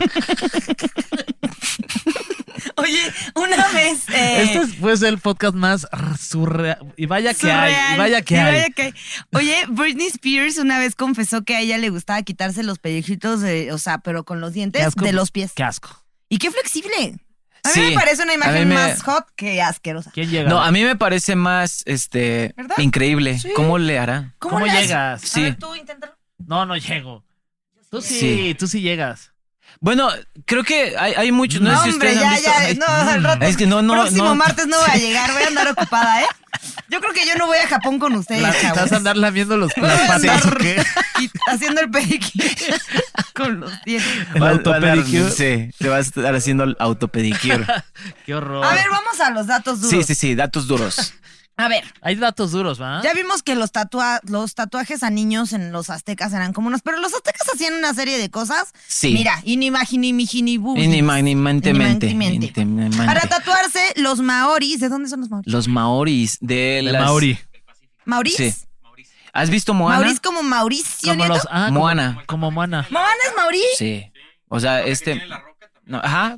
B: Oye, una vez. eh,
A: Este es, pues, el podcast más surreal. Y vaya que hay.
B: surreal.
A: Y vaya que
B: Y
A: hay.
B: vaya que hay. Oye, Britney Spears una vez confesó que a ella le gustaba quitarse los pellejitos, de- o sea, pero con los
A: Qué
B: dientes
A: asco.
B: de los pies.
A: Qué asco.
B: Y qué flexible. A mí
C: Sí,
B: me parece una
C: a
B: imagen
C: mí me-
B: más hot que asquerosa.
A: ¿Quién llega?
C: no, a mí me parece más este
B: ¿Verdad?
C: increíble. ¿Cómo le hará?
A: ¿Cómo,
B: le haces?
A: llegas?
B: A
C: Sí.
B: ver, tú inténtalo.
A: No, no llego. Tú sí,
C: Sí.
A: tú sí llegas.
C: Bueno, creo que hay, hay muchos. No,
B: No,
C: sé si
B: hombre,
C: ustedes han
B: ya,
C: visto-
B: ya.
C: Ay,
B: No, al rato.
C: Es que no, no,
B: próximo
C: no.
B: martes no voy a llegar, voy a andar ocupada, ¿eh? Yo creo que yo no voy a Japón con ustedes,
A: La-
B: chavos.
A: ¿Estás a andar lamiendo los
B: *laughs*
A: las
B: Voy a
A: patas
B: andar
A: o qué?
B: Haciendo el pedicure *laughs* con los dientes.
A: El
C: Va- va a
A: autopedicure.
C: dar- Sí, te vas a estar haciendo el
B: *laughs*
C: autopedicure.
A: Qué horror.
B: A ver, vamos a los datos duros.
C: sí, sí, sí, datos duros.
B: A ver,
A: Hay datos duros, ¿va?
B: Ya vimos que los, tatua- los tatuajes a niños en los aztecas eran comunes, pero los aztecas hacían una serie de cosas.
C: Sí.
B: Mira, inimaginimijinibu.
C: Inimaginantemente. Inimaginantemente.
B: Para tatuarse, los maoris. ¿De dónde son los maoris?
C: Los maoris de
A: De
C: las...
A: Mauri.
B: ¿Maoris?
C: Sí. ¿Has visto Moana?
B: ¿Maoris como Mauricio
A: Como
B: Nieto?
A: los. Ah, como-
C: Moana.
A: Como Moana.
B: ¿Moana es maorí?
C: Sí. O sea, este... No, ajá.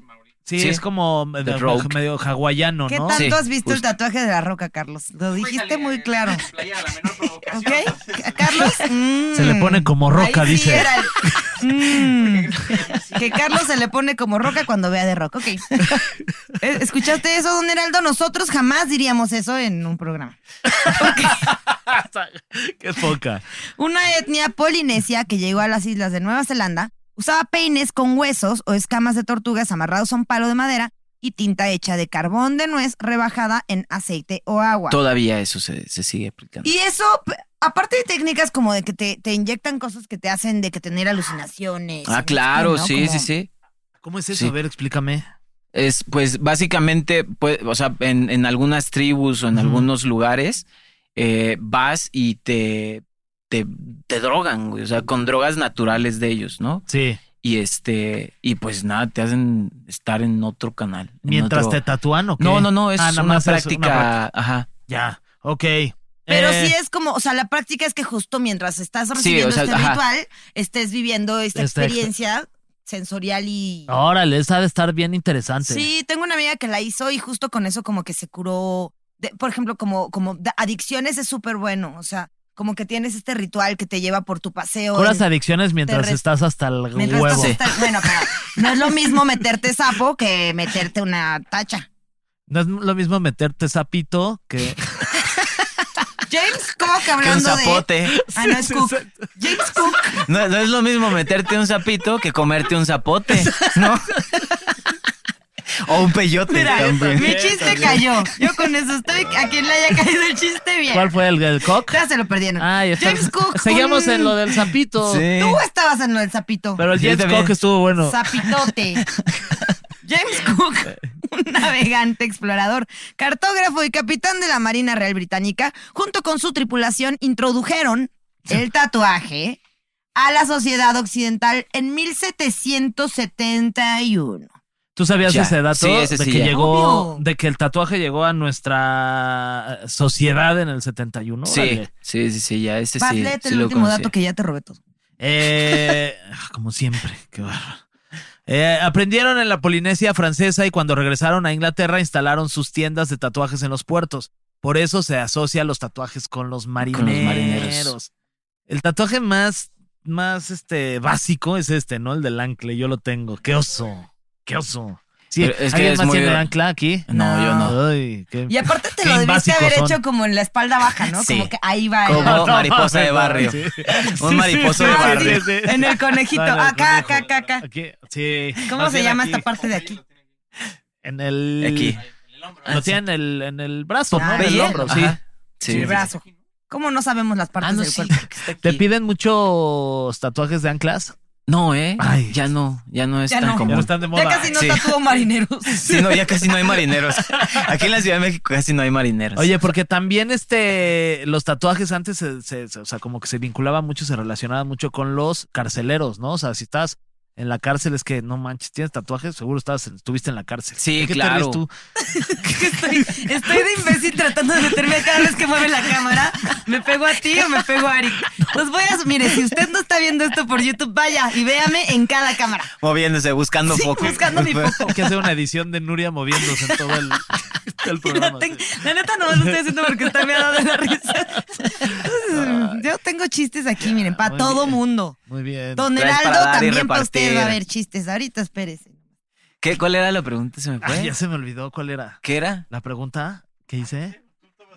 A: Sí,
C: Sí.
A: es como medio,
C: Rock.
A: medio hawaiano,
B: ¿Qué
A: ¿no?
B: tanto
C: Sí,
B: has visto el
C: justo.
B: tatuaje de la roca, Carlos? Lo dijiste muy claro. ¿Ok?
A: *laughs*
B: Carlos. mm.
A: Se le pone como roca,
B: Ahí sí
A: dice.
B: era el- Mm. que Carlos se le pone como roca cuando vea de
A: *laughs*
B: roca. Ok. Eh, ¿Escuchaste eso, don Heraldo? Nosotros jamás diríamos eso en un programa.
A: *laughs* Qué poca.
B: Una etnia polinesia que llegó a las islas de Nueva Zelanda usaba peines con huesos o escamas de tortugas amarrados a un palo de madera y tinta hecha de carbón de nuez rebajada en aceite o agua.
C: Todavía eso se, se sigue aplicando.
B: Y eso, p- aparte de técnicas como de que te, te inyectan cosas que te hacen de que tener alucinaciones.
C: Ah, claro,
B: ¿no?
C: sí,
B: Como-
C: sí, sí.
A: ¿Cómo es eso?
C: Sí.
A: A ver, explícame.
C: Es, pues básicamente, pues, o sea, en, en algunas tribus o en algunos lugares, eh, vas y te, te, te drogan, güey, o sea, con drogas naturales de ellos, ¿no?
A: Sí.
C: Y este, y pues nada, te hacen estar en otro canal. en
A: Mientras
C: otro-
A: te tatúan o qué?
C: No, no, no, es
A: Ah, nada
C: una,
A: más
C: práctica,
A: una práctica.
C: Ajá.
A: Ya. Ok.
B: Pero
A: Eh,
B: sí es como, o sea, la práctica es que justo mientras estás
C: o
B: recibiendo
C: sea,
B: este
C: ajá.
B: ritual, estés viviendo esta
A: Esta ex-
B: experiencia sensorial y...
A: Órale, esa ha de estar bien interesante.
B: Sí, tengo una amiga que la hizo y justo con eso como que se curó. de- por ejemplo, como, como da- adicciones es súper bueno, o sea, como que tienes este ritual que te lleva por tu paseo.
A: Curas
B: el-
A: adicciones mientras
B: res-
A: estás hasta el
B: mientras
A: huevo.
B: estás hasta- Bueno, pero no es lo mismo meterte sapo que meterte una tacha.
A: No es lo mismo meterte sapito
B: *laughs*
A: que.
B: James Cook
C: Que un
B: hablando de...
C: zapote.
B: Ah, no es Cook. James Cook.
C: No, no es lo mismo meterte un sapito que comerte un zapote, ¿no? o un peyote
B: Mira,
C: también.
B: mi chiste cayó. Yo con eso estoy a quien le haya caído el chiste bien.
A: ¿Cuál fue el, el cock?
B: Ya se lo perdieron.
A: Ay, está-
B: James
A: *laughs*
B: Cook.
A: Seguimos
B: un-
A: en lo del sapito.
C: Sí.
B: Tú estabas en lo del sapito.
A: Pero el
C: Sí,
A: James
C: también.
A: Cock estuvo bueno.
B: Zapitote.
C: *laughs*
B: James Cook, un navegante explorador, cartógrafo y capitán de la Marina Real Británica, junto con su tripulación introdujeron el tatuaje a la sociedad occidental en 1771.
A: ¿Tú sabías
C: Ya,
A: ese dato
C: sí, ese
A: de
C: sí
A: que
C: ya.
A: llegó,
B: Obvio.
A: de que el tatuaje llegó a nuestra eh, sociedad en el 71?
C: Sí,
A: Órale.
C: sí, sí, sí, ya ese
B: Vas,
C: sí.
B: léete
C: sí
B: el
C: lo
B: último
C: conocí.
B: dato que ya te robé todo.
A: Eh, como siempre, qué bárbaro. Eh, aprendieron en la Polinesia francesa y cuando regresaron a Inglaterra instalaron sus tiendas de tatuajes en los puertos. Por eso se asocia los tatuajes con los marineros.
C: marineros.
A: El tatuaje más, más este, básico es este, ¿no? El del ancla. Yo lo tengo. ¡Qué oso! ¡Qué oso! Sí,
C: Pero es que
A: ¿Alguien
C: es
A: más
C: muy-
A: tiene ancla aquí?
C: No, yo no.
A: Ay,
C: Mm.
A: qué-
B: Y aparte te
A: qué
B: lo debiste
A: básicos
B: haber
A: son.
B: hecho como en la espalda baja, ¿no?
C: Sí.
B: Como que ahí va. el-
C: Como
B: Ah,
C: mariposa de
A: no,
C: barrio.
A: sí.
C: Un
A: Sí, sí,
C: mariposo de
A: sí,
C: barrio.
A: sí, sí.
B: En el conejito.
A: No, en el
B: Ah, acá, acá,
A: conejo.
B: acá, acá.
A: Aquí, sí.
B: ¿Cómo
A: Más
B: se
A: bien
B: llama
A: aquí.
B: esta parte de aquí?
A: En el.
C: Aquí.
A: Lo tiene en el, en el brazo,
B: Ah,
A: ¿no? En el
B: bien.
A: hombro, sí.
C: Ajá. Sí,
B: el
C: sí, sí.
B: brazo. ¿Cómo no sabemos las partes
C: Ah, no,
B: del
C: sí,
B: cuerpo?
C: porque está
A: ¿Te
C: aquí.
A: piden muchos tatuajes de anclas?
C: No, ¿eh?
A: Ay.
C: Ya no, ya no es
B: Ya
C: tan
B: no.
A: Ya
C: común.
A: no están de moda.
B: Ya casi no
C: Sí.
B: tatuó marineros.
C: *laughs* Sí, no, ya casi no hay marineros. Aquí en la Ciudad de México casi no hay marineros.
A: Oye, porque también este los tatuajes antes se, se- se- o sea, como que se vinculaban mucho, se relacionaban mucho con los carceleros, ¿no? O sea, si estás en la cárcel es que no manches, tienes tatuajes, seguro estás estuviste en la cárcel. ¿De
C: Sí,
A: qué te
C: claro.
A: ríes tú?
B: Estoy, estoy de imbécil tratando de meterme cada vez que mueve la cámara. ¿Me pego a ti o me pego a Ari? Los voy a. Mire, si usted no está viendo esto por YouTube, vaya y véame en cada cámara.
C: Moviéndose, buscando
B: Sí,
C: foco.
B: buscando
C: *laughs*
B: mi foco. *laughs*
A: Hay que hacer una edición de Nuria moviéndose en todo el, *laughs* todo el programa.
B: La, ten- la neta no lo estoy haciendo porque está meada de la risa. Entonces, Yo tengo chistes aquí, miren, para
A: Muy
B: todo
A: bien.
B: mundo.
A: Muy bien.
B: Don
C: Traes para
B: Heraldo
C: dar y
B: también para usted va a
C: repartir.
B: haber chistes. Ahorita espérese.
C: ¿Qué, ¿Cuál era la pregunta? ¿Se me fue?
A: Ay, Ah, ya se me olvidó cuál era.
C: ¿Qué era?
A: ¿La pregunta que hice?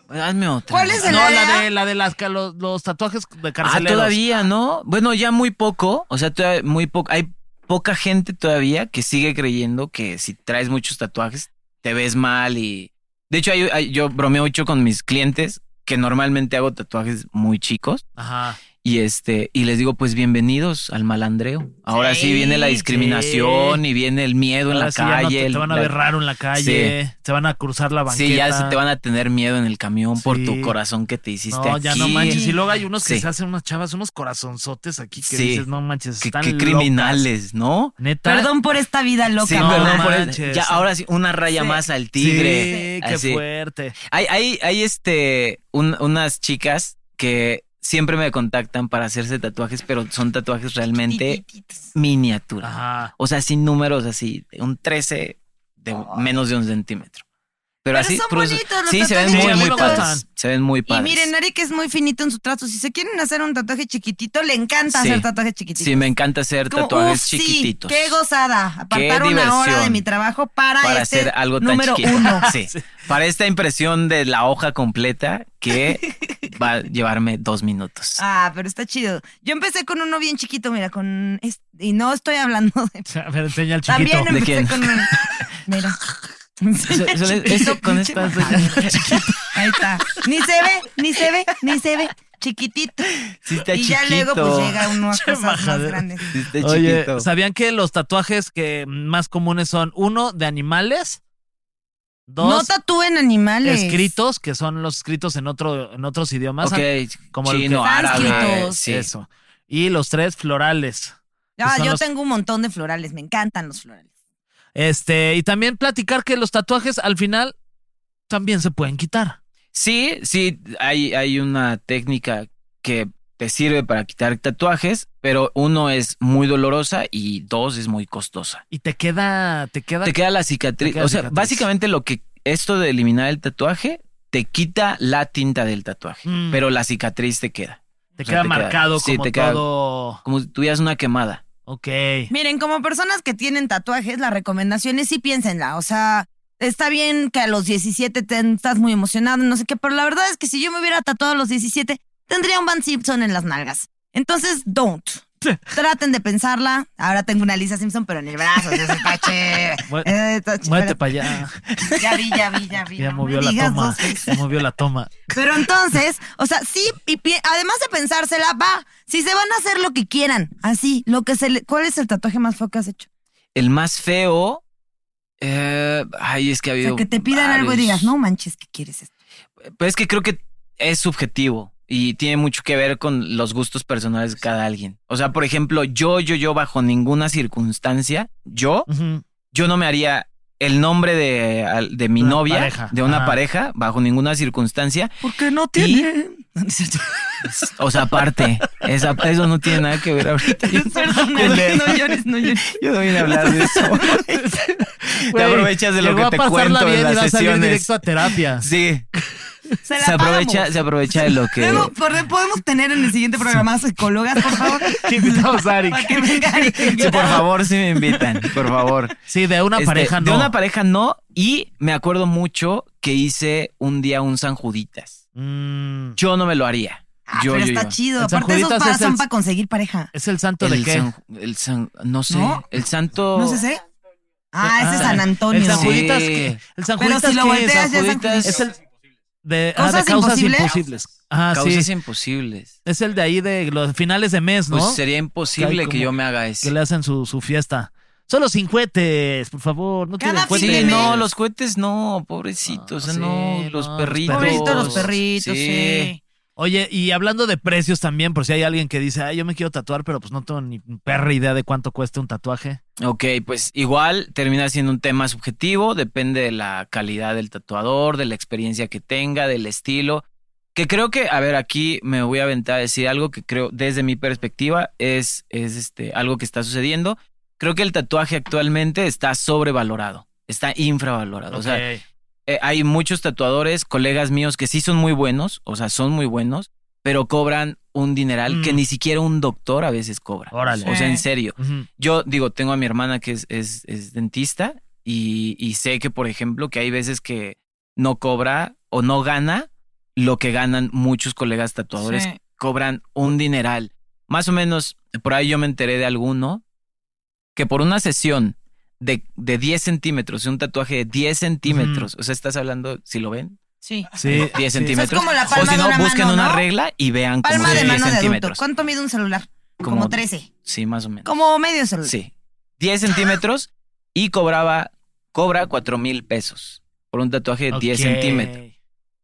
C: Hazme otra.
B: ¿Cuál es el
A: No,
B: área?
A: la de, la de las, ca- los, los tatuajes de
C: Ah,
A: carceleros.
C: todavía, ¿no? Bueno, ya muy poco. O sea, todavía muy poco. Hay poca gente todavía que sigue creyendo que si traes muchos tatuajes te ves mal y. De hecho, hay- hay- yo bromeo mucho con mis clientes que normalmente hago tatuajes muy chicos
A: Ajá.
C: y este y les digo pues bienvenidos al malandreo. Ahora sí,
A: Sí,
C: viene la
A: sí.
C: discriminación y viene el miedo en
A: Ahora
C: la
A: sí ya no
C: calle.
A: te,
C: el-
A: te van a
C: la-
A: ver raro en la calle, te van a cruzar la banqueta.
C: Sí, ya se te van a tener miedo en el camión por
A: Sí.
C: tu corazón que te hiciste
A: No, ya no
C: aquí.
A: manches. Y luego hay unos que
C: Sí.
A: se hacen unas chavas, unos corazonzotes aquí que
C: Sí.
A: dices, no manches,
C: Qué,
A: están
C: qué
A: locas.
C: criminales, ¿no?
A: Neta.
B: Perdón por esta vida loca.
C: Sí,
A: No,
B: mamá.
C: perdón por
A: manches.
C: eso. Ya, ahora sí, una raya
B: Sí.
C: más al
A: Sí,
C: tigre. Ah,
A: qué
C: así.
A: fuerte.
C: Hay, hay, hay este, un- unas chicas que siempre me contactan para hacerse tatuajes, pero son tatuajes realmente
B: Titititos.
C: miniatura.
A: Ajá. *laughs*
C: O sea, sin números así, un 13 de menos de un centímetro. Pero,
B: Pero
C: así,
B: son
C: pero-
B: bonitos los
C: sí, se ven
A: tatuajes.
C: muy,
A: Sí, a mí
C: muy
A: me
C: padres.
A: gustan.
C: Se ven muy
B: Y
C: padres.
B: miren, Ari que es muy finito en su trato. Si se quieren hacer un tatuaje chiquitito, le encanta
C: Sí.
B: hacer tatuajes chiquititos.
C: Sí, me encanta hacer
B: Como,
C: tatuajes
B: "Uf, sí,
C: chiquititos.
B: qué gozada. Apartar una
C: diversión
B: hora de mi trabajo para,
C: para
B: este
C: hacer algo tan
B: número
C: chiquito.
B: uno.
C: *laughs* Sí. Para esta impresión de la hoja completa
B: *laughs*
C: que va a llevarme dos minutos.
B: Ah, pero está chido. Yo empecé con uno bien chiquito, mira, con... es- Y no estoy hablando
C: *laughs*
B: de...
A: A ver, enseña el chiquito.
B: También empecé
C: quién?
B: con
C: *laughs*
B: uno... Mira.
C: Se-
B: *laughs*
C: se le- eso con esta-
B: Ahí está. Ni se ve, ni se ve, ni se ve. Chiquitito.
C: Sí está
B: y ya luego pues
C: chiquito.
B: llega
A: *laughs*
B: uno a
A: Che,
B: cosas más
A: majadero.
B: grandes.
C: Sí está
A: Oye,
C: chiquito.
A: ¿sabían que los tatuajes que más comunes son uno de animales?
B: No
A: Dos
B: tatúen animales.
A: escritos, que son los escritos en otro, en otros idiomas.
C: Ok,
A: como el
C: chino,
A: que-
C: árabe.
B: Sánscritos.
C: Sí.
A: Eso. Y los tres florales.
B: Ah,
A: son
B: yo
A: los-
B: tengo un montón de florales, me encantan los florales.
A: Este, y también platicar que los tatuajes al final también se pueden quitar.
C: Sí, sí, hay, hay una técnica que te sirve para quitar tatuajes, pero uno es muy dolorosa y dos es muy costosa.
A: Y te queda, te queda.
C: Te queda la cicatriz.
A: Te queda
C: o sea,
A: cicatriz.
C: básicamente lo que esto de eliminar el tatuaje te quita la tinta del tatuaje,
A: Mm.
C: pero la cicatriz te queda.
A: te
C: o sea,
A: queda
C: te queda-
A: marcado
C: sí,
A: como
C: te queda-
A: todo.
C: Como si tuvieras una quemada.
A: Ok.
B: Miren, como personas que tienen tatuajes, las recomendaciones sí piénsenla. O sea, está bien que a los 17 te- estás muy emocionado, no sé qué, pero la verdad es que si yo me hubiera tatuado a los 17, tendría un Van Simpson en las nalgas. Entonces, don't. Traten de pensarla. Ahora tengo una Lisa Simpson, pero en el brazo. o
A: *laughs*
B: sea, eso está chévere.
A: Mue-
B: Eh, está chévere.
A: Muévete para allá.
B: Ya vi, ya vi, ya vi.
A: Ya
B: no
A: movió
B: me
A: la
B: digas
A: toma.
B: dos veces.
A: Ya movió la toma.
B: Pero entonces, o sea, sí, y pi- además de pensársela, va, si se van a hacer lo que quieran, así, lo que se le, ¿cuál es el tatuaje más feo que has hecho?
C: El más feo. eh, ay, es que ha
B: O
C: habido.
B: sea, que te pidan algo y
C: varios.
B: digas, no manches, ¿qué quieres esto?
C: Pero es que creo que es subjetivo y tiene mucho que ver con los gustos personales de cada alguien. O sea, por ejemplo, yo, yo, yo, bajo ninguna circunstancia, yo,
A: Ujú.
C: yo no me haría el nombre de, al- de mi
A: Una
C: novia,
A: pareja,
C: de una
A: ajá.
C: pareja, bajo ninguna circunstancia.
B: Porque
A: *laughs*
B: no
C: tiene. O sea, aparte, esa- eso no tiene nada que ver
A: *laughs*
C: ahorita.
B: Perdón, no, no
C: *laughs*
B: llores, no llores.
C: Yo no vine
B: *laughs*
C: a hablar de eso. te
A: Güey,
C: aprovechas de lo
A: llegó
C: que
A: a
C: te
A: pasarla
C: cuento
A: bien
C: en
A: y va a salir
C: las sesiones.
A: directo a terapia.
C: Sí,
B: Se, la
C: se aprovecha,
B: pagamos.
C: se aprovecha de lo que.
B: Luego, por- podemos tener en el siguiente programa psicólogas, por
A: *laughs*
B: favor.
A: Invitamos a Arik.
B: Para que vengan y-
C: Sí, por favor, si me invitan, por favor.
A: Sí, de una
C: Este,
A: pareja no.
C: De una pareja no. Y me acuerdo mucho que hice un día un San Juditas.
A: Mm,
C: Yo no me lo haría.
B: Ah,
C: yo,
B: pero
C: yo,
B: está
C: yo.
B: chido.
A: El San
B: Aparte, esos
A: Juditas
B: para
A: es el-
B: son para conseguir pareja.
A: ¿Es el santo de
C: El
A: qué?
C: San, el San- no sé,
B: ¿No?
C: el santo.
B: ¿No se sé? Ah, ese es
A: Ah,
B: San Antonio.
A: El San
C: Sí.
A: Juditas, ¿qué? El San
B: Pero
A: Juditas
B: si lo
A: ¿qué
B: volteas,
A: es?
B: ya es San
C: Juditas-
B: Juditas.
A: Es el de, ah,
B: ¿Cosas
A: de causas
B: imposibles?
A: imposibles. Ah,
C: Causas
A: sí.
C: imposibles.
A: Es el de ahí de los finales de mes, ¿no?
C: Pues sería imposible
A: Cae
C: que
A: como-
C: yo me haga
A: que
C: eso.
A: le hacen su, su fiesta. Solo sin cohetes, por favor, no
B: Cada
A: tienen
B: fin de
A: cohetes.
C: Sí,
B: Cuénteme.
C: no, los cohetes no, pobrecitos, o sea,
A: Ah,
C: no,
A: sí,
C: los
A: no, los
C: perritos.
B: Pobrecitos los perritos, sí.
A: Oye, y hablando de precios también, por si hay alguien que dice, ah, yo me quiero tatuar, pero pues no tengo ni perra idea de cuánto cuesta un tatuaje.
C: Ok, pues igual termina siendo un tema subjetivo, depende de la calidad del tatuador, de la experiencia que tenga, del estilo. Que creo que, a ver, aquí me voy a aventar a decir algo que creo, desde mi perspectiva, es, es este, algo que está sucediendo. Creo que el tatuaje actualmente está sobrevalorado, está infravalorado. O sea,
A: Ok.
C: eh, hay muchos tatuadores, colegas míos, que sí son muy buenos, o sea, son muy buenos, pero cobran un dineral que
A: Mm.
C: ni siquiera un doctor a veces cobra.
A: Órale.
C: O sea, en
B: Sí.
C: serio
A: Ujú.
C: yo digo, tengo a mi hermana que es, es, es dentista y, y sé que, por ejemplo, que hay veces que no cobra o no gana lo que ganan muchos colegas tatuadores.
B: Sí.
C: Cobran un dineral. Más o menos, por ahí yo me enteré de alguno que por una sesión de, de 10 centímetros, un tatuaje de 10 centímetros, o sea, estás hablando, si lo ven,
B: Sí.
A: Sí.
C: 10
A: sí.
C: centímetros.
B: como la
C: o
B: palma de
C: si no,
B: una
C: busquen
B: mano,
C: una
B: ¿no?
C: regla y vean como
B: Palma
C: de
B: de
C: 10
B: mano de adulto.
C: centímetros.
B: ¿Cuánto mide un celular? Como, 13.
C: Sí, más o menos.
B: Como medio celular.
C: Sí. 10 centímetros y cobraba, cobra 4 mil pesos por un tatuaje de 10
A: Ok.
C: centímetros.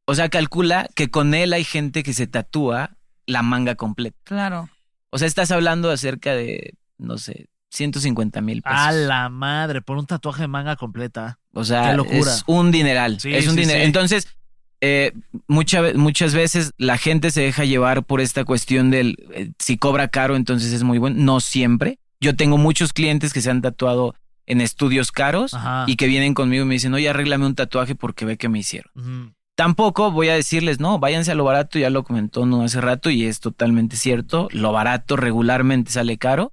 C: O sea, calcula que con él hay gente que se tatúa la manga completa.
B: Claro.
C: O sea, estás hablando acerca de, no sé, 150 mil pesos.
A: A la madre, por un tatuaje de manga completa.
C: O sea,
A: Qué locura.
C: es un dineral.
A: Sí,
C: es un
A: sí,
C: dineral.
A: sí.
C: Entonces, eh, mucha ve- muchas veces la gente se deja llevar por esta cuestión del eh, si cobra caro, entonces es muy bueno. No siempre. Yo tengo muchos clientes que se han tatuado en estudios caros
A: Ajá.
C: y que vienen conmigo y me dicen, oye, arréglame un tatuaje porque ve que me hicieron.
A: Ujú.
C: Tampoco voy a decirles, no, váyanse a lo barato, ya lo comentó no hace rato y es totalmente cierto, lo barato regularmente sale caro,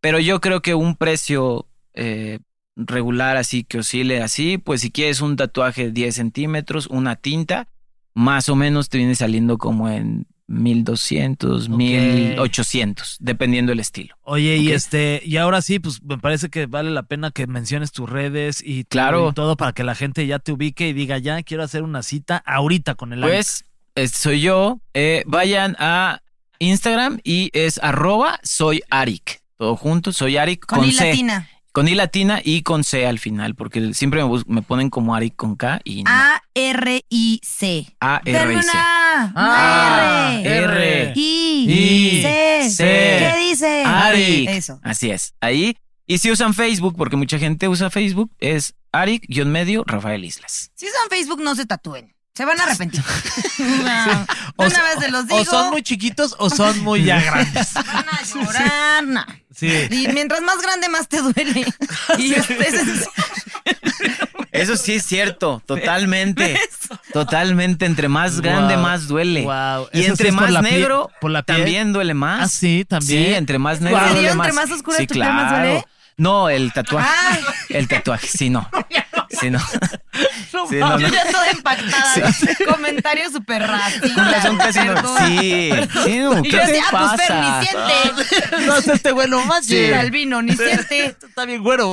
C: pero yo creo que un precio eh, regular así que oscile así, pues si quieres un tatuaje de 10 centímetros, una tinta, más o menos te viene saliendo como en
A: Ok.
C: 1200, 1800, dependiendo del estilo.
A: Oye, y
C: Ok.
A: este, y ahora sí, pues me parece que vale la pena que menciones tus redes y, tu-
C: Claro.
A: y todo para que la gente ya te ubique y diga, ya quiero hacer una cita ahorita con el Arik.
C: Pues eh, soy yo, Eh, vayan a Instagram y es arroba soy Arik. Todo junto, soy Arik
B: Con,
C: con,
B: I
C: C.
B: latina.
C: Con I latina y con C al final, porque siempre me, bus- me ponen como Ari con K y no.
B: Ah, A-R-I-C.
C: A R
B: Denme
C: I C.
B: una.
A: Ah,
B: una R.
C: R.
B: I.
C: I.
B: C.
C: C.
B: ¿Qué dice?
C: Arik.
B: Eso.
C: Así es. Ahí. Y si usan Facebook, porque mucha gente usa Facebook, es Arik-medio Rafael Islas.
B: Si usan Facebook, no se tatúen. Se van a
C: *laughs*
B: arrepentir. No,
A: O
B: una
A: so-
B: vez se los digo.
A: O son muy chiquitos o son muy ya grandes.
B: Van a llorar, no.
A: Sí.
B: Y mientras más grande, más te
C: *laughs*
B: duele. Y es- es-
C: *laughs* Eso sí es
B: *laughs*
C: cierto, totalmente. Totalmente, entre más grande
A: Guau,
C: más duele.
A: guau.
C: Y
A: Eso sí
C: entre
A: es por
C: más
A: la piel-
C: negro
A: por la piel.
C: también duele más.
A: Ah, sí, también.
C: Sí, entre más negro
B: ¿En serio?
C: duele más.
B: ¿Entre más oscura
C: sí,
B: tu piel más
C: claro.
B: duele?
C: No, el tatuaje.
B: Ah.
C: El tatuaje,
B: *laughs*
C: sí, no. Sí, no. Sí,
B: Yo
C: no, no.
B: ya estoy impactada. Comentario súper
C: Con
B: racista.
C: razón casi no.
B: perdón.
C: Sí, sí, no,
B: Y
C: ¿qué
B: yo
C: te
B: decía, ah, pues Fer,
C: pasa?
B: ni siente.
C: *laughs*
A: No, este güey no más.
B: Sí. Albino, ni siente.
A: Está bien güero.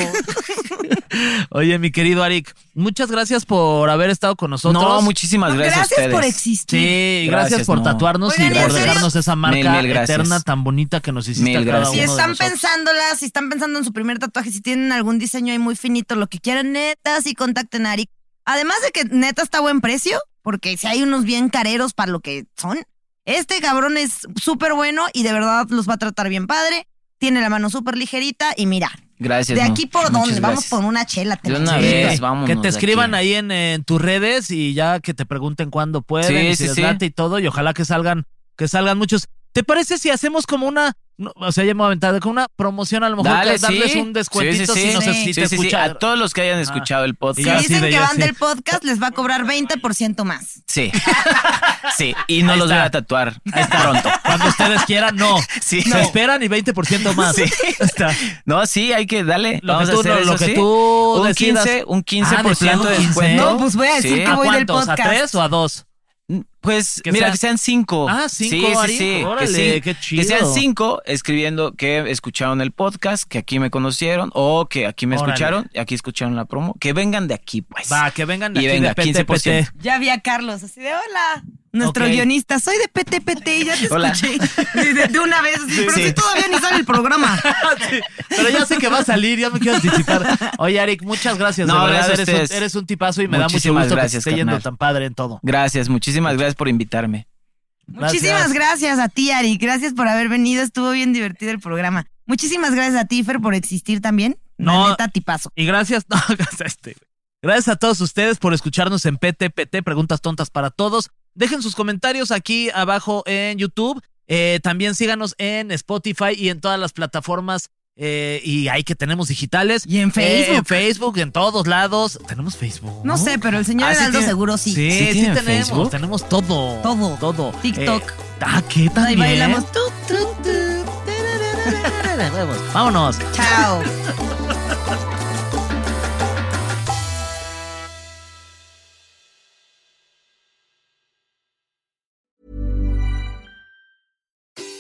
A: *laughs* Oye, mi querido Arik, muchas gracias por haber estado con nosotros.
C: No, muchísimas gracias, a
B: Gracias
C: ustedes.
B: por existir.
A: Sí, gracias,
C: Gracias,
A: por
C: no.
A: tatuarnos
B: Oigan,
A: y
B: ¿en
A: por
B: serio?
A: dejarnos esa marca
C: mil gracias.
A: eterna tan bonita que nos hiciste
C: Mil
A: a cada
C: gracias.
A: uno
B: Si
A: de
B: están
A: nosotros.
B: pensándola, si están pensando en su primer tatuaje, si tienen algún diseño ahí muy finito, lo que quieran, neta, sí contacten a Ari. Además de que neta está a buen precio, porque si hay unos bien careros para lo que son, este cabrón es súper bueno y de verdad los va a tratar bien padre. Tiene la mano súper ligerita y mira,
C: Gracias.
B: de
C: no.
B: aquí por
C: Muchas
B: dónde, vamos
C: gracias.
B: por una chela. te la
C: De una
B: chela.
C: vez.
A: Sí,
C: vámonos
A: que te
C: de
A: escriban
C: aquí.
A: ahí en, en tus redes y ya que te pregunten cuándo pueden
C: Sí,
A: y si
C: sí,
A: les
C: sí.
A: late y todo y ojalá que salgan que salgan muchos. ¿Te parece si hacemos como una no, o sea, ya me voy a aventar con una promoción a lo mejor
C: Dale,
A: que- darles
C: sí.
A: un descuentito
C: Sí, sí,
A: si no
C: sí.
A: sé
B: Sí,
A: si
C: Sí,
A: te
C: sí, sí,
A: escuchan.
C: A todos los que hayan escuchado el
B: Si
C: podcast.
A: Casi
B: Ah. dicen
A: de
B: que
A: ya,
B: van
A: sí.
B: del podcast, les va a cobrar 20% más. *laughs*
C: Sí. Sí, y no
A: Ahí
C: los
A: está.
C: voy a tatuar pronto.
A: Cuando ustedes quieran, no.
C: *laughs* Sí.
A: Se
C: No.
A: esperan y 20% más.
C: *laughs* Sí.
A: Está.
C: No, sí, hay que darle.
A: Lo
C: Vamos
A: que tú,
C: a hacer
A: no,
C: eso,
A: lo que
C: sí.
A: tú
C: un
A: decidas.
C: 15, un 15%
A: Ah, de plano,
C: de
A: 15.
C: descuento.
A: No,
B: pues voy a decir
C: Sí. Ah,
B: que
A: ¿A
B: voy del
A: cuántos? ¿A
B: podcast.
A: tres o a dos?
C: Pues
A: Que
C: mira,
A: sea-
C: que sean cinco.
A: Ah, cinco, Ari, órale,
C: sí-
A: qué
C: Que
A: chido.
C: sean cinco escribiendo que escucharon el podcast, que aquí me conocieron o que aquí me
A: Órale.
C: escucharon y aquí escucharon la promo. Que vengan de aquí, pues.
A: Va, que vengan
C: Y
A: aquí
C: venga,
A: de PT,
C: 15%.
B: Ya vi a Carlos así de hola. Nuestro
A: Ok.
B: guionista, soy de PTPT y ya te
C: Hola.
B: escuché. Sí, De, de una vez, así, pero
C: Sí.
B: si todavía ni sale el
C: *laughs*
B: programa.
A: Sí, pero ya sé que va a salir, ya me quiero anticipar. Oye, Eric, muchas gracias. de
C: No,
A: verdad,
C: gracias a
A: eres un,
C: ustedes.
A: eres un tipazo y me da mucho
C: Muchísimas
A: gusto
C: gracias,
A: que te esté yendo
C: carnal.
A: tan padre en todo.
C: Gracias, muchísimas gracias por invitarme.
B: Muchísimas gracias a ti, Ari. Gracias por haber venido. Estuvo bien divertido el programa. Muchísimas gracias a ti, Fer, por existir también.
A: No.
B: La neta, tipazo.
A: Y gracias, *laughs* no, gracias a este, güey. Gracias a todos ustedes por escucharnos en PTPT, Preguntas Tontas para Todos. Dejen sus comentarios aquí abajo en YouTube. Eh, también síganos en Spotify y en todas las plataformas eh, y ahí que tenemos digitales. Eh,
B: Y en
A: en
B: Facebook.
A: Facebook, en todos lados. ¿Tenemos Facebook?
B: No
C: Oh.
B: sé, pero el señor
A: Ah, sí
B: Heraldo
A: tiene-
B: seguro sí.
A: Sí,
C: ¿Sí
A: sí,
C: tienen
A: tenemos.
C: Facebook?
A: Tenemos todo.
B: Todo.
A: Todo.
B: TikTok.
A: Eh, ah, ¿qué
B: Ahí
A: también?
B: bailamos. Tu, tu, tu.
A: Huevos. Vámonos.
B: Chao.